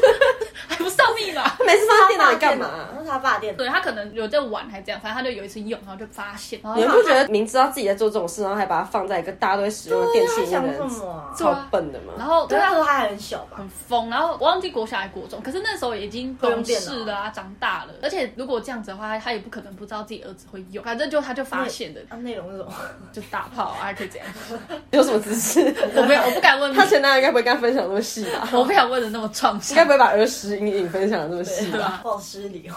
Speaker 2: [LAUGHS] 还不上密码。
Speaker 1: 他每次放在电脑里干
Speaker 3: 他爸电脑啊
Speaker 1: 嘛？啊
Speaker 3: 那是他爸电脑，
Speaker 2: 对他可能有在玩，还这样，反正他就有一次用，然后就发现，然后
Speaker 1: 你们不觉得明知道自己在做这种事，然后还把它放在一个大家都会使用的电器
Speaker 3: 他
Speaker 1: 里面
Speaker 3: 想
Speaker 1: 的
Speaker 3: 什
Speaker 1: 人，
Speaker 3: 么啊？
Speaker 1: 超笨的
Speaker 2: 然
Speaker 1: 吗？
Speaker 2: 后对
Speaker 3: 对，那时
Speaker 2: 啊
Speaker 3: 候他还很小吧？
Speaker 2: 很疯，然后我忘记国小还国中，可是那时候已经懂事了啊，长大了，而且如果这样子的话，他也不可能不知道自己儿子会用，反正就他就发现
Speaker 1: 嗯
Speaker 2: 了，
Speaker 3: 啊，内容是什么？
Speaker 1: [LAUGHS]
Speaker 2: 就打炮啊，还可以这样，
Speaker 1: 有什么姿 [LAUGHS] 势？
Speaker 2: 我没有，我不敢问你
Speaker 1: 他前男友应该不会跟他分享那么细 [LAUGHS] 吧？
Speaker 2: 我不想问的那么创
Speaker 1: [LAUGHS] 应该
Speaker 2: 伤
Speaker 1: 不。会把儿时阴影分享的这么细
Speaker 2: 对
Speaker 3: [LAUGHS]
Speaker 1: 吧？
Speaker 2: 啊
Speaker 3: 报失礼哦，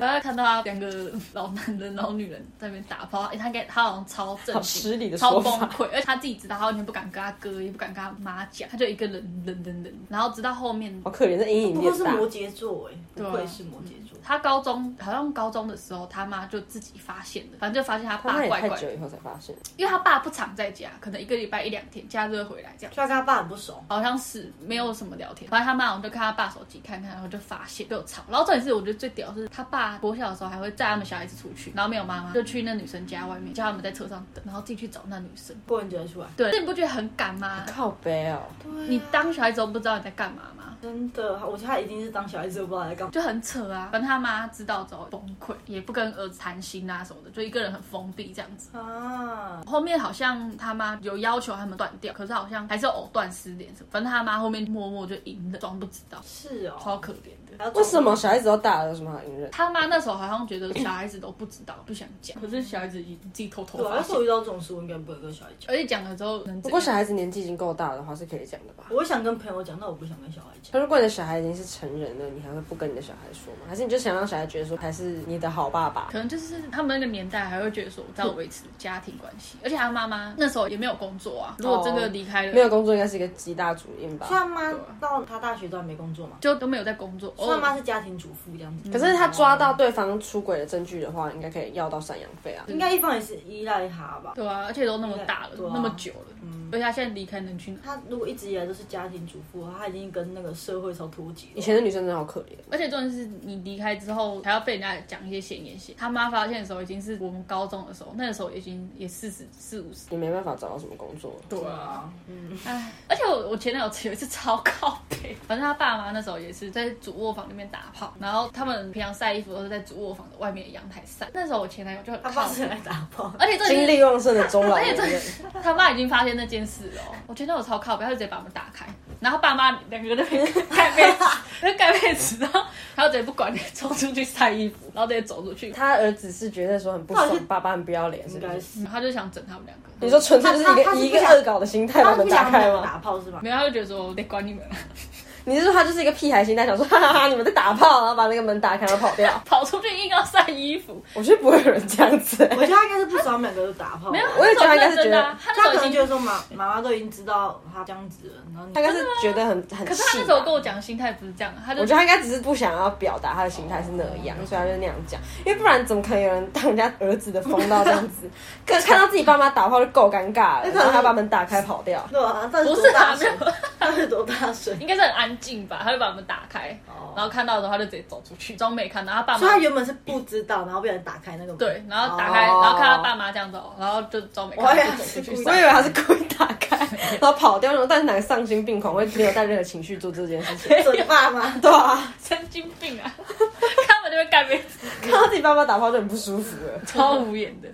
Speaker 2: 然后看到他两个老男人、老女人在那边打炮，欸他给他好像超
Speaker 1: 好
Speaker 2: 震惊。
Speaker 1: 失礼的
Speaker 2: 超
Speaker 1: 说
Speaker 2: 崩
Speaker 1: 法。
Speaker 2: 溃，而且他自己知道，他完全不敢跟他哥，也不敢跟他妈讲，他就一个人忍忍忍，然后直到后面
Speaker 1: 好可怜，这阴影
Speaker 3: 不过
Speaker 1: 变
Speaker 3: 是
Speaker 1: 大。
Speaker 3: 摩羯座哎，不
Speaker 2: 对啊
Speaker 3: 愧是摩羯座。
Speaker 2: 他高中好像高中的时候，他妈就自己发现的，反正就发现他
Speaker 1: 他
Speaker 2: 爸
Speaker 1: 妈也
Speaker 2: 怪
Speaker 1: 太
Speaker 2: 怪
Speaker 1: 久
Speaker 2: 的，
Speaker 1: 以后才发现，
Speaker 2: 因为他爸不常在家，可能一个礼拜一两天，假日会回来这样。
Speaker 3: 虽然跟他爸很不熟，
Speaker 2: 好像是没有什么聊天，反正他妈好像就看他爸手机看看，然后就发现就吵。然后重点是，我觉得最屌的是他爸国小的时候还会载他们小孩子出去，然后没有妈妈就去那女生家外面，叫他们在车上等，然后自己去找那女生。
Speaker 3: 过完节才出来。
Speaker 2: 对，这你不觉得很赶吗？
Speaker 1: 靠背哦，
Speaker 2: 你当小孩子都不知道你在干嘛吗？
Speaker 3: 真的，我觉得他一定是当小孩子，我不知道他在干嘛。
Speaker 2: 就很扯啊！反正他妈知道之后崩溃，也不跟儿子谈心啊什么的，就一个人很封闭这样子。
Speaker 3: 啊，
Speaker 2: 后面好像他妈有要求他们断掉，可是好像还是藕断丝连什么。反正他妈后面默默就赢了，装不知道，
Speaker 3: 是哦。
Speaker 2: 超可怜的。
Speaker 3: 还要
Speaker 1: 为什么小孩子都大了，有什么好隐忍？
Speaker 2: 他妈那时候好像觉得小孩子都不知道，不想讲，可是小孩子已经自己偷偷
Speaker 3: 对啊？
Speaker 2: 发
Speaker 3: 要是
Speaker 2: 现
Speaker 3: 我，遇到这种事，我应该不会跟小孩讲。
Speaker 2: 而且讲了之后能
Speaker 1: 不过
Speaker 2: 怎样？
Speaker 1: 小孩子年纪已经够大的话，是可以讲的吧？
Speaker 3: 我会想跟朋友讲，但我不想跟小孩讲。
Speaker 1: 可如果你的小孩已经是成人了，你还会不跟你的小孩说吗？还是你就想让小孩觉得说还是你的好爸爸？
Speaker 2: 可能就是他们那个年代还会觉得说，我在维持家庭关系，而且他妈妈那时候也没有工作啊。如果真的离开了，
Speaker 1: 没有工作应该是一个极大主因吧
Speaker 3: 虽？然妈
Speaker 1: 啊
Speaker 3: 到他大学都还没工作嘛，
Speaker 2: 就都没有在工作。哦
Speaker 3: 虽然妈是家庭主妇这样子，
Speaker 1: 哦可是他抓到对方出轨的证据的话，应该可以要到赡养费啊。
Speaker 3: 应该一方也是依赖他吧？
Speaker 2: 对啊，而且都那么大了，
Speaker 3: 对啊
Speaker 2: 那么久了，而且他现在离开能去哪？
Speaker 3: 她如果一直以来都是家庭主妇的话，她已经跟那个社会超脱节了。
Speaker 1: 以前的女生真的好可怜，
Speaker 2: 而且重点是你离开之后还要被人家讲一些闲言闲。他妈发现的时候已经是我们高中的时候，那个时候已经也四十四五十。
Speaker 1: 你没办法找到什么工作。
Speaker 2: 对
Speaker 3: 啊，嗯，
Speaker 2: 唉，而且我我前男友有一次超靠背，反正他爸妈那时候也是在主卧房里面打炮，然后他们平常晒衣服都是在主卧房的外面的阳台晒。那时候我前男友就很
Speaker 3: 她
Speaker 2: 靠
Speaker 3: 爸是来打炮，
Speaker 2: 而且这
Speaker 1: 精力旺盛的中老年人，
Speaker 2: 他妈已经发现那件事了哦，我觉得我超靠北，他就直接把门打开，然后他爸妈两个人在那边盖被子， [LAUGHS] 在盖被子，然后他就直接不管， [LAUGHS] 冲出去晒衣服，然后直接走出去，
Speaker 1: 他儿子是觉得说很不
Speaker 3: 到底
Speaker 1: 爽
Speaker 3: 是，
Speaker 1: 爸爸很不要脸，是
Speaker 3: 应
Speaker 1: 不
Speaker 3: 该
Speaker 1: 是？
Speaker 3: 是。
Speaker 2: 嗯他就想整他们两个，
Speaker 1: 你说纯粹就是一
Speaker 3: 他他
Speaker 1: 个
Speaker 3: 是
Speaker 1: 以一
Speaker 3: 不
Speaker 1: 个
Speaker 3: 想
Speaker 1: 恶搞的心态把门打开吗？
Speaker 3: 打炮是吧？
Speaker 2: 没有，他就觉得说得管你们了， [LAUGHS]
Speaker 1: 你是说他就是一个屁孩心态，想说哈哈哈，你们在打炮，然后把那个门打开，然后跑
Speaker 2: [LAUGHS]
Speaker 1: 掉？
Speaker 2: 跑出去硬要晒衣服，
Speaker 1: 我觉得不会有人这样子、
Speaker 3: 我觉得他应该是不知道我们两个都打炮。
Speaker 2: 没有，
Speaker 1: 我也觉得他应该
Speaker 2: 那
Speaker 1: 是
Speaker 2: 时候
Speaker 1: 觉得
Speaker 2: 认真的啊，他
Speaker 3: 他
Speaker 2: 那时
Speaker 3: 可
Speaker 2: 候已
Speaker 3: 能觉
Speaker 2: 经。
Speaker 3: 得说妈妈妈都已经知道他这样子了，然后你
Speaker 1: 他应该是觉得很很
Speaker 2: 可是他
Speaker 1: 气
Speaker 2: 那时候跟我讲的心态不是这样啊的，他就
Speaker 1: 啊我觉得他应该只是不想要表达他的心态是那样，所以他就那样讲。因为不然怎么可能有人当人家儿子的疯到这样子？可看到自己爸妈打炮就够尴尬了，
Speaker 3: 那可能
Speaker 1: 然后还把门打开跑
Speaker 3: [LAUGHS]
Speaker 1: 掉。
Speaker 3: 对啊，到底
Speaker 2: 不
Speaker 3: 多
Speaker 2: 是啊
Speaker 3: 大
Speaker 2: 没有
Speaker 3: 声？到底多大声？
Speaker 2: [LAUGHS] 应该是很安静吧，他就把门打开，
Speaker 3: 哦
Speaker 2: 然后看到的时候他就直接走出去，装没看到，他爸
Speaker 3: 所以
Speaker 2: 妈
Speaker 3: 他原本是不知道，然后被人打开那个门。
Speaker 2: 对，然后打开，
Speaker 1: 哦
Speaker 2: 然后看他爸妈这样走，然后就装没
Speaker 3: 我
Speaker 2: 看
Speaker 3: 以为
Speaker 2: 到，
Speaker 3: 他
Speaker 2: 就走
Speaker 3: 是
Speaker 2: 出去
Speaker 3: 故意
Speaker 1: 我以
Speaker 2: 晒。
Speaker 1: 为他是故意打开，然后跑掉那种，但是哪个丧心病狂会没有带任何情绪做这件事
Speaker 3: [LAUGHS]
Speaker 1: 情？ [LAUGHS]
Speaker 3: 准爸妈，
Speaker 1: 对啊，
Speaker 2: 神经病啊！看我就会盖被子，
Speaker 1: 看到自己爸妈打炮就很不舒服了，
Speaker 2: 超无言的，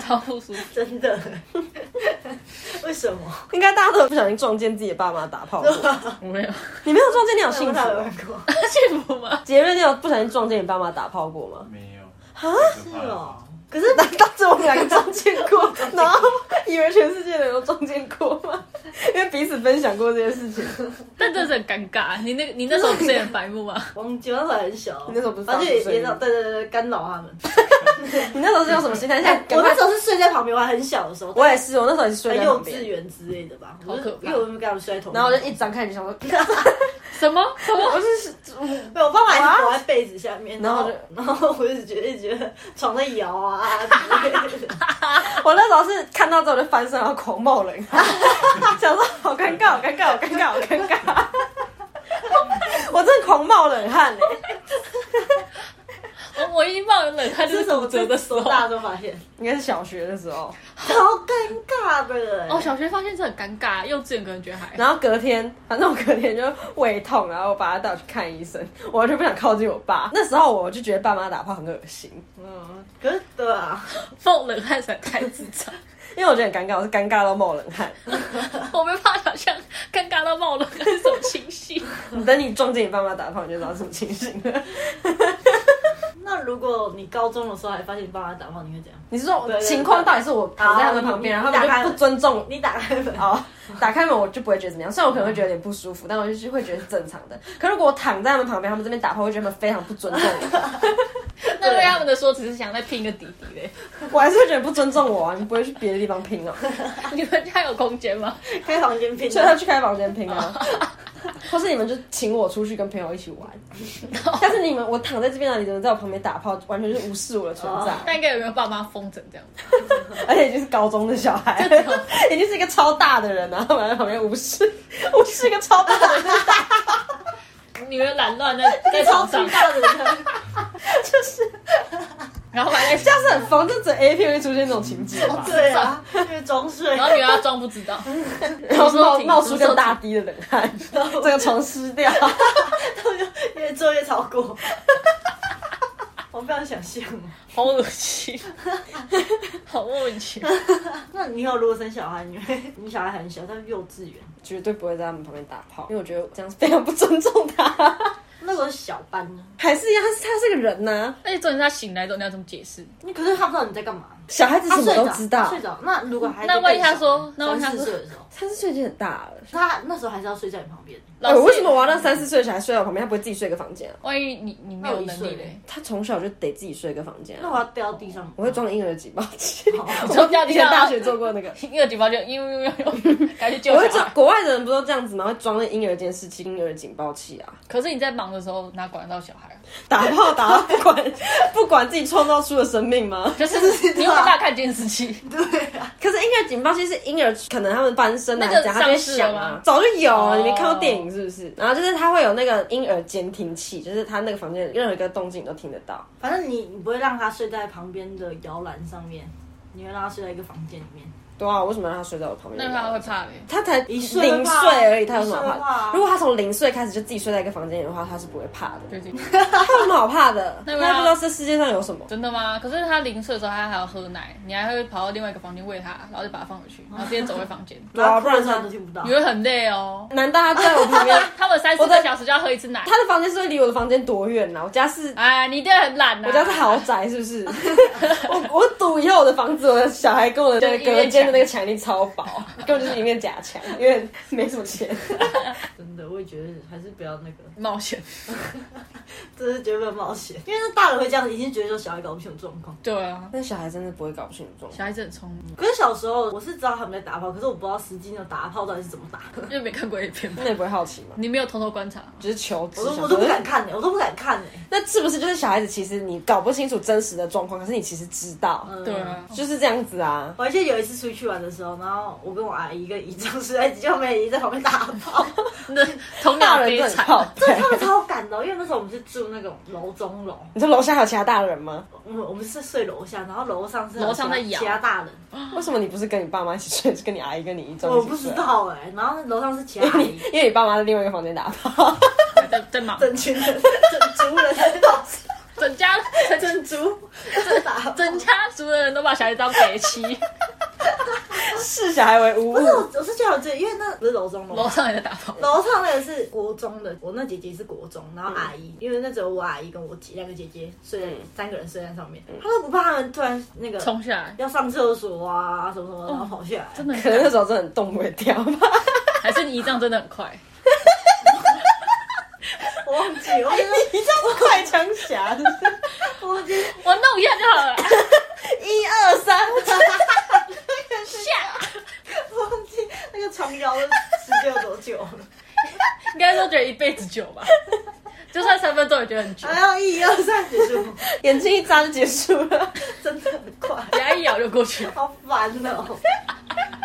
Speaker 2: 超不舒服。
Speaker 3: 真的？为什
Speaker 2: [LAUGHS]
Speaker 3: 么？
Speaker 1: 应该大家都有不小心撞见自己的爸妈打炮过。
Speaker 2: 我 [LAUGHS] 没有
Speaker 1: 你没有撞见，你好
Speaker 3: [LAUGHS]
Speaker 1: 幸
Speaker 3: 我
Speaker 1: 福
Speaker 3: 哪有
Speaker 1: 哦。
Speaker 3: 玩过？
Speaker 2: 幸福吗？
Speaker 1: 姐妹，你有不小心撞见你爸妈打炮过吗？
Speaker 4: 没有啊？
Speaker 3: 是
Speaker 4: 是
Speaker 3: 哦，
Speaker 1: 可是难道只有我们两个撞见
Speaker 3: [LAUGHS]
Speaker 1: 过，然后以为全世界的人都撞见过吗？因为彼此分享过这件事情。
Speaker 2: 但真的是很尴尬。啊你那你那时候不是也很白目吗？
Speaker 3: 我们结婚很小，
Speaker 1: 你那时候不是
Speaker 3: 反正也
Speaker 1: 18岁
Speaker 3: 也让对对对对干扰他们。
Speaker 1: 你那时候是用什么心态？现在赶
Speaker 3: 我
Speaker 1: 快
Speaker 3: 那时候是睡在旁边，我还很小的时候，
Speaker 1: 我也是，我那时候也是
Speaker 3: 在
Speaker 1: 睡在
Speaker 3: 幼
Speaker 1: 旁
Speaker 3: 稚
Speaker 1: 边，
Speaker 3: 园之类的吧，
Speaker 2: 好可怕
Speaker 3: 因为我没有跟他们睡在同一个。
Speaker 1: 然后我就一张开你想说， [LAUGHS]
Speaker 2: 什么？什么？
Speaker 1: 我是
Speaker 3: 被我爸爸还是躲在被子下面，
Speaker 1: 啊然
Speaker 3: 然
Speaker 1: 后
Speaker 3: 后然后我就觉得一直觉得床在摇啊之类
Speaker 1: [LAUGHS]
Speaker 3: 的，
Speaker 1: 我那时候是看到之后就翻身，然后狂冒冷汗，想说好尴尬，好尴尬，好尴尬，好尴尬。我真的狂冒冷汗欸嘞、
Speaker 2: 我我一冒冷汗就是骨折的时候
Speaker 3: 多。大都
Speaker 1: [LAUGHS]
Speaker 3: 发现，
Speaker 1: 应该是小学的时候。
Speaker 3: 好尴尬的、欸
Speaker 2: 哦，小学发现这很尴尬，幼稚园可能觉得还好。
Speaker 1: 然后隔天，反正我隔天就胃痛，然后我把他带我去看医生，我就不想靠近我爸。那时候我就觉得爸妈打炮很恶心，
Speaker 3: 嗯，可是对啊，
Speaker 2: 冒冷汗实在太智障，
Speaker 1: 因为我觉得很尴尬，我是尴尬到冒冷汗。
Speaker 2: 我没办法想象尴尬到冒冷汗是什么情 [LAUGHS] 形。
Speaker 1: 你等你撞见你爸妈打炮，你就知道什么情形了。
Speaker 3: 那如果你高中的时候还发现你爸爸打炮，你会怎样？
Speaker 1: 你是说
Speaker 3: 对对对
Speaker 1: 情况到底是我躺在他们旁边，然
Speaker 3: 好
Speaker 1: 后他们就不尊重
Speaker 3: 你打开门，
Speaker 1: 哦，打开门我就不会觉得怎么样，虽然我可能会觉得有点不舒服，但我就是会觉得是正常的。可如果我躺在他们旁边，他们这边打炮，我会觉得他们非常不尊重我，
Speaker 2: 那对他们的说，只是想再拼一个弟弟嘞。
Speaker 1: 我还是会觉得不尊重我啊！你不会去别的地方
Speaker 2: [LAUGHS]
Speaker 1: 拼哦，
Speaker 2: 你们家有空间吗？
Speaker 3: 开房间拼，
Speaker 1: 所以他去开房间拼啊，或是你们就请我出去跟朋友一起
Speaker 2: [LAUGHS]
Speaker 1: 玩，但是你们我躺在这边啊，你怎么在我旁边打炮，完全就是无视我的存在，
Speaker 2: 但应该有没有爸妈疯成这样？
Speaker 1: 而且已经是高中的小
Speaker 2: [LAUGHS]
Speaker 1: 孩，已经是一个超大的人啊，然后在旁边无视，无视一个超大的人，
Speaker 2: 你们懒乱在 [LAUGHS] 在
Speaker 3: 超
Speaker 2: 床
Speaker 3: 巨
Speaker 2: 上，
Speaker 3: 大的人，
Speaker 1: [LAUGHS]
Speaker 2: 然后还在 [LAUGHS]
Speaker 1: 这样是哎很疯，就只有 A 片会出现这种情节吧。
Speaker 3: 对啊，因为装睡，
Speaker 2: 然后女儿要装不知道，
Speaker 1: 然后冒冒出更大滴的冷汗， [LAUGHS] 整个床湿掉。
Speaker 3: [LAUGHS] 越做越超过，我不想想象。
Speaker 2: 好恶 [LAUGHS] 心，好莫名其妙。
Speaker 3: 那你以后如果生小孩，你会，你小孩很小，他幼稚园，
Speaker 1: [LAUGHS] 绝对不会在他们旁边打炮，因为我觉得这样非常不尊重他。
Speaker 3: 那个是小班呢，
Speaker 1: [LAUGHS] 还是一样，他是他是个人呐、
Speaker 2: 而且重点是他醒来之后你要怎么解释？
Speaker 3: 你可是他不知道你在干嘛。
Speaker 1: 小孩子什么都知
Speaker 3: 他
Speaker 1: 道。
Speaker 3: 睡着。那如果还
Speaker 2: 那万一他说那万一他
Speaker 3: 三
Speaker 2: 说
Speaker 3: 四岁的时候，
Speaker 1: 三四岁已经很大了，
Speaker 3: 他那时候还是要睡在你旁边。
Speaker 1: 哎，
Speaker 2: 师
Speaker 1: 为什么我要让三四岁的小孩睡在我旁边？他不会自己睡一个房间啊？
Speaker 2: 万一你你没有能力
Speaker 3: 那我一
Speaker 2: 嘞？
Speaker 1: 他从小就得自己睡一个房间
Speaker 3: 那
Speaker 1: 啊。
Speaker 3: 我要掉地上，哦
Speaker 1: 我会装婴儿 [LAUGHS] 警报器，
Speaker 2: 你说掉
Speaker 1: 以
Speaker 2: 地
Speaker 1: 前
Speaker 2: 上，
Speaker 1: 大学做过那 [LAUGHS] 个。
Speaker 2: [LAUGHS] 婴儿警报就呦呦呦呦，
Speaker 1: [LAUGHS]
Speaker 2: 赶紧救
Speaker 1: 我会
Speaker 2: 小
Speaker 1: 装
Speaker 2: 孩。
Speaker 1: 国外的人不都这样子吗？会装那婴儿监视器、婴儿警报器啊，
Speaker 2: 可是你在忙的时候哪管得到小
Speaker 1: [LAUGHS]
Speaker 2: 孩啊？
Speaker 1: 打炮打到不 [LAUGHS] 管不管自己创造出的生命吗？ [LAUGHS]
Speaker 2: 就是你又没办法看监视器，
Speaker 1: 可是婴儿警报器是婴儿，可能他们班生来
Speaker 2: 那个
Speaker 1: 讲，他就会
Speaker 2: 上市了
Speaker 1: 想啊
Speaker 2: 吗，
Speaker 1: 早就有了，
Speaker 2: 哦
Speaker 1: 你没看过电影是不是？然后就是他会有那个婴儿监听器，就是他那个房间任何一个动静你都听得到。
Speaker 3: 反正你你不会让他睡在旁边的摇篮上面，你会让他睡在一个房间里面。
Speaker 1: 对啊，我为什么让他睡在我旁边？
Speaker 2: 那他会怕嘞。
Speaker 1: 他才
Speaker 3: 一
Speaker 1: 零
Speaker 3: 岁会怕
Speaker 1: 岁而已，他有什么
Speaker 3: 一岁
Speaker 1: 好
Speaker 3: 会
Speaker 1: 怕
Speaker 3: 怕
Speaker 2: 啊
Speaker 1: 的？如果他从零岁开始就自己睡在一个房间里的话，他是不会怕的。[LAUGHS]
Speaker 2: 对对，
Speaker 1: 他有什么好怕的？他
Speaker 2: 那
Speaker 1: 不
Speaker 2: 个
Speaker 1: 知
Speaker 2: 啊
Speaker 1: 道这世界上有什么。
Speaker 2: 真的吗？可是他零岁的时候，他还要喝奶，你还会跑到另外一个房间喂他，然后就把他放
Speaker 1: [LAUGHS]
Speaker 2: 回去，然后直接走回房间，
Speaker 1: 对啊
Speaker 3: 然后哭
Speaker 1: 不然
Speaker 3: 的时候
Speaker 1: 他
Speaker 3: 你都听不到
Speaker 2: 你。会很累
Speaker 1: [LAUGHS]
Speaker 2: 哦。
Speaker 1: 难道他就在我旁
Speaker 2: [LAUGHS]
Speaker 1: 边？
Speaker 2: 他们三四个小时就要喝一次奶，
Speaker 1: 他的房间是会离我的房间多远呢、啊我家是，
Speaker 2: 哎，你一定很懒呐。
Speaker 1: 我家是豪宅，是不是？ [LAUGHS] 我我赌以后我的房子，我的小孩跟我的那个
Speaker 2: 就一
Speaker 1: 隔
Speaker 2: 面
Speaker 1: 间的
Speaker 2: 墙
Speaker 1: 那个墙一定超薄，根本就是一面假墙，因为没什么钱。
Speaker 3: 真的，我也觉得还是不要那个，
Speaker 2: 冒险，
Speaker 3: 这是绝对不要冒险，因为那大人会这样，已经觉得说小孩搞不清楚状况。
Speaker 2: 对啊，
Speaker 1: 那小孩真的不会搞不清楚状况。
Speaker 2: 小孩子很聪明，
Speaker 3: 可是小时候我是知道他们在打炮，可是我不知道实际那种打炮到底是怎么打，
Speaker 2: 因为没看过 A 片嘛
Speaker 1: [LAUGHS] 那，你不会好奇吗？
Speaker 2: 你没有偷偷观察吗，
Speaker 1: 只是求知，
Speaker 3: 我都
Speaker 1: 想
Speaker 3: 我都不
Speaker 1: 说
Speaker 3: 敢看呢、欸我都不敢看呢、
Speaker 1: 那是不是就是小孩子？其实你搞不清楚真实的状况，可是你其实知道，
Speaker 3: 嗯
Speaker 2: 对啊，
Speaker 1: 就是这样子啊。
Speaker 3: 我还记得有一次出去玩的时候，然后我跟我阿姨跟姨丈睡在一起，就我们姨在旁边打
Speaker 2: [LAUGHS]
Speaker 3: 炮，
Speaker 2: 那童
Speaker 1: 大
Speaker 2: 养
Speaker 1: 人
Speaker 2: 悲
Speaker 1: 都很
Speaker 2: 惨，
Speaker 1: 靠背。
Speaker 3: 他们超感动，因为那时候我们是住那种楼中楼，
Speaker 1: 啊你说楼下还有其他大人吗？
Speaker 3: 我们我们是睡楼下，然后楼上是有
Speaker 2: 楼上在
Speaker 3: 其
Speaker 2: 摇
Speaker 3: 他其他大人，
Speaker 1: 为什么你不是跟你爸妈一起睡，是跟你阿姨跟你一周一起睡？
Speaker 3: 我不知，
Speaker 2: 啊
Speaker 3: 道哎、然后楼上是其他阿姨，
Speaker 1: 因为你爸妈在另外一个房间打炮。
Speaker 2: [LAUGHS] 在在忙，
Speaker 3: 整群人整族人在打，
Speaker 2: 整家 [LAUGHS] 整
Speaker 3: 整族在打炮。
Speaker 2: 整家族的人都把小孩当北七， [LAUGHS]
Speaker 1: 视小孩为无物
Speaker 3: 不是，。我我是觉得这，因为那不是楼中楼，
Speaker 2: 楼上也在打炮，
Speaker 3: 楼上那个是国中的，我那姐姐是国中，然后阿姨，因为那只有我阿姨跟我姐两个姐姐睡在、三个人睡在上面，她都不怕他们突然那个
Speaker 2: 冲下来，
Speaker 3: 要上厕所啊什么什么，然后跑下来，
Speaker 2: 真的很
Speaker 1: [LAUGHS] 可能那
Speaker 2: 敢，
Speaker 1: 时候真的很动不掉
Speaker 3: [LAUGHS]
Speaker 1: 吧。
Speaker 2: 还是你一仗真的很快，
Speaker 3: 我忘记，我觉
Speaker 1: 你这样是快枪侠，是不是
Speaker 3: 得我觉得
Speaker 2: 我弄一下就好了，
Speaker 1: 一二三，
Speaker 2: 下，
Speaker 3: 我忘记那个长摇的时间有多久了，
Speaker 2: 应该说觉得一辈子久 [LAUGHS] 吧，就算三分钟也觉得很久，
Speaker 3: 还要哎一二三结束，
Speaker 1: [LAUGHS] 眼睛一眨就结束了。
Speaker 3: 真的很快，
Speaker 2: 牙一咬就过去了。
Speaker 3: 好烦哦。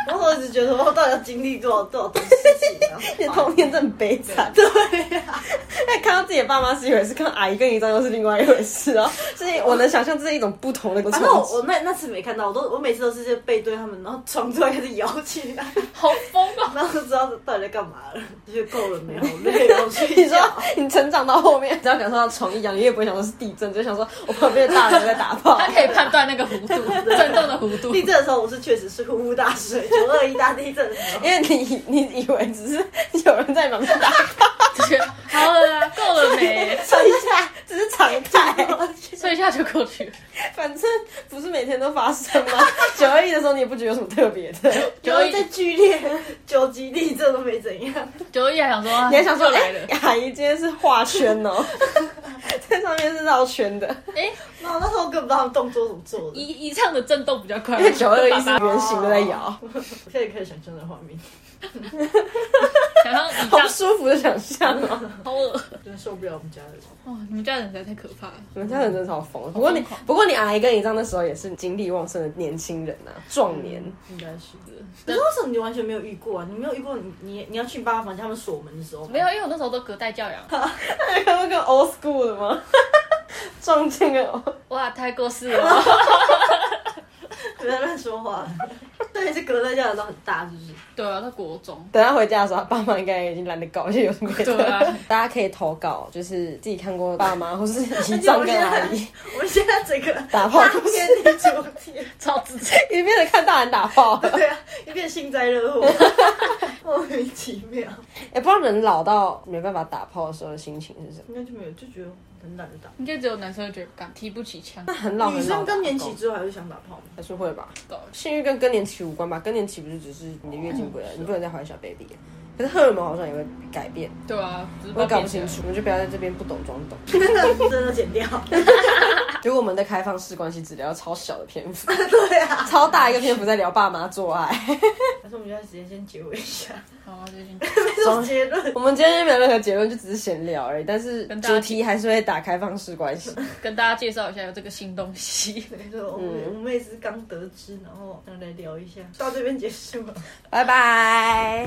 Speaker 3: 然后我一直觉得我到底要经历多少多少东事
Speaker 1: 你
Speaker 3: 情
Speaker 1: 的
Speaker 3: 啊？
Speaker 1: 童年真的很悲惨。
Speaker 3: [LAUGHS] 对啊呀、
Speaker 1: 那看到自己的爸妈是一回事，看到阿姨跟姨丈又是另外一回事
Speaker 3: [LAUGHS]
Speaker 1: 哦。所以我能想象这是一种不同的冲
Speaker 3: 反正我
Speaker 1: 击。
Speaker 3: 我那那次没看到，我都我每次都是背对他们，然后床突然开始摇起来， [LAUGHS]
Speaker 2: 好疯哦！
Speaker 3: 然后不知道到底在干嘛了，就够了 [LAUGHS] 没？好累哦，我
Speaker 1: [LAUGHS] 你
Speaker 3: 睡
Speaker 1: 说
Speaker 3: 觉。
Speaker 1: 你成长到后面，只要感受到床一摇，你也不会想说是地震，只会想说我旁边的大人在打炮
Speaker 3: [LAUGHS]
Speaker 2: 他。可以判断那个弧度， [LAUGHS] 震动的弧度
Speaker 3: 地。震的时候，我是确实是呼呼大睡，九二一大地震的时候 [LAUGHS]
Speaker 1: 因。为你你以为只是有人在旁边打，
Speaker 2: 觉得好了啦，够了没？
Speaker 1: 所以
Speaker 3: [LAUGHS]
Speaker 1: 下只是常态，
Speaker 2: 睡一下就过去了。
Speaker 1: 反正不是每天都发生吗？九二一的时候你也不觉得有什么特别的，
Speaker 3: [LAUGHS] 然后再剧烈九级地震都没怎 [LAUGHS] 样，
Speaker 2: 九一还想说，啊
Speaker 1: 你还想说
Speaker 2: 又来了？
Speaker 1: [LAUGHS] 哎阿姨今天是画圈 [LAUGHS] 哦，在上面是绕圈的，
Speaker 2: 哎，
Speaker 3: 然后那时候我根本不知道他们动作怎么做的，
Speaker 2: 一一唱的震动比较快 [LAUGHS]
Speaker 1: 因为，哎九二一是 [LAUGHS] 哦圆形的在摇，
Speaker 3: 我现在可以想象的画面，
Speaker 2: 想象你
Speaker 1: 好
Speaker 2: 这样
Speaker 1: 舒服的想象哦。
Speaker 2: 好恶
Speaker 3: 真的受不了我们家的人。
Speaker 2: 哦！你们家人实在太可怕了。
Speaker 1: 你们家人真的超疯的，不过你
Speaker 2: 疯狂
Speaker 1: 不过你阿姨跟姨丈那时候也是精力旺盛的年轻人啊，壮年。
Speaker 3: 应该是的。可是为什么你完全没有遇过啊？你没有遇过你你你要去你爸妈房间，他们锁门的时候吗
Speaker 2: 没有，因为我那时候都隔代教养。
Speaker 1: [LAUGHS] 那个那个 old school 的 [LAUGHS] 吗？撞见个 old-
Speaker 2: 哇，太过世了。
Speaker 3: 不要乱说话。 [LAUGHS] 对，是隔代教养都很大，是不是？
Speaker 2: 对啊，在国中。
Speaker 1: 等他回家的时候，他爸妈应该已经懒得搞一些有什么别的。
Speaker 2: 对啊
Speaker 1: 大家可以投稿，就是自己看过爸 [LAUGHS] 妈或是姨丈跟阿姨 [LAUGHS]
Speaker 3: [LAUGHS] 我们现在整个
Speaker 1: 打炮故事
Speaker 3: 天地主题，
Speaker 1: [LAUGHS]
Speaker 2: 超直接，
Speaker 1: 一边的看大人打炮。 [LAUGHS]
Speaker 3: 对啊，一片幸灾乐祸，莫名其妙。
Speaker 1: 也、不知道人老到没办法打炮的时候的心情是什么。
Speaker 3: 应该就没有，就觉得很懒得打。
Speaker 2: 应该只有男生会觉得敢提不起枪。
Speaker 1: 那很老
Speaker 3: 女
Speaker 1: 很老的
Speaker 3: 生更年
Speaker 1: 打炮
Speaker 3: 期之后还会想打炮吗？ [LAUGHS]
Speaker 1: 还是会吧。
Speaker 2: 搞
Speaker 1: 性欲跟更年期无关吧？更年期不是只是你的月经
Speaker 3: 哦
Speaker 1: 不来，你不能再怀小 baby 了。可是荷尔蒙好像也会改变，
Speaker 2: 对啊，只是
Speaker 1: 我也搞
Speaker 2: 变
Speaker 1: 不
Speaker 2: 成
Speaker 1: 清。楚，我们就不要在这边不懂装懂。
Speaker 3: 真的真的剪掉。
Speaker 1: 结果我们的开放式关系只聊超小的篇幅，
Speaker 3: 啊 [LAUGHS] 对啊，
Speaker 1: 超大一个篇幅在聊爸妈做
Speaker 3: [LAUGHS]
Speaker 1: 爱。
Speaker 3: [LAUGHS] 还是我们就在直接先结尾一下，
Speaker 2: 好，最近
Speaker 3: [LAUGHS] 这种结论。
Speaker 1: 我们今天没有任何结论，就只是闲聊而已。但是
Speaker 2: 跟大家
Speaker 1: 主题还是会打开放式关
Speaker 3: [LAUGHS]
Speaker 1: 系。
Speaker 2: 跟大家介绍一下有这个新东西。
Speaker 3: 对，对，我
Speaker 1: 嗯
Speaker 3: 们我们也是刚得知，然后想来聊一下，到这边结束了。
Speaker 1: 拜拜。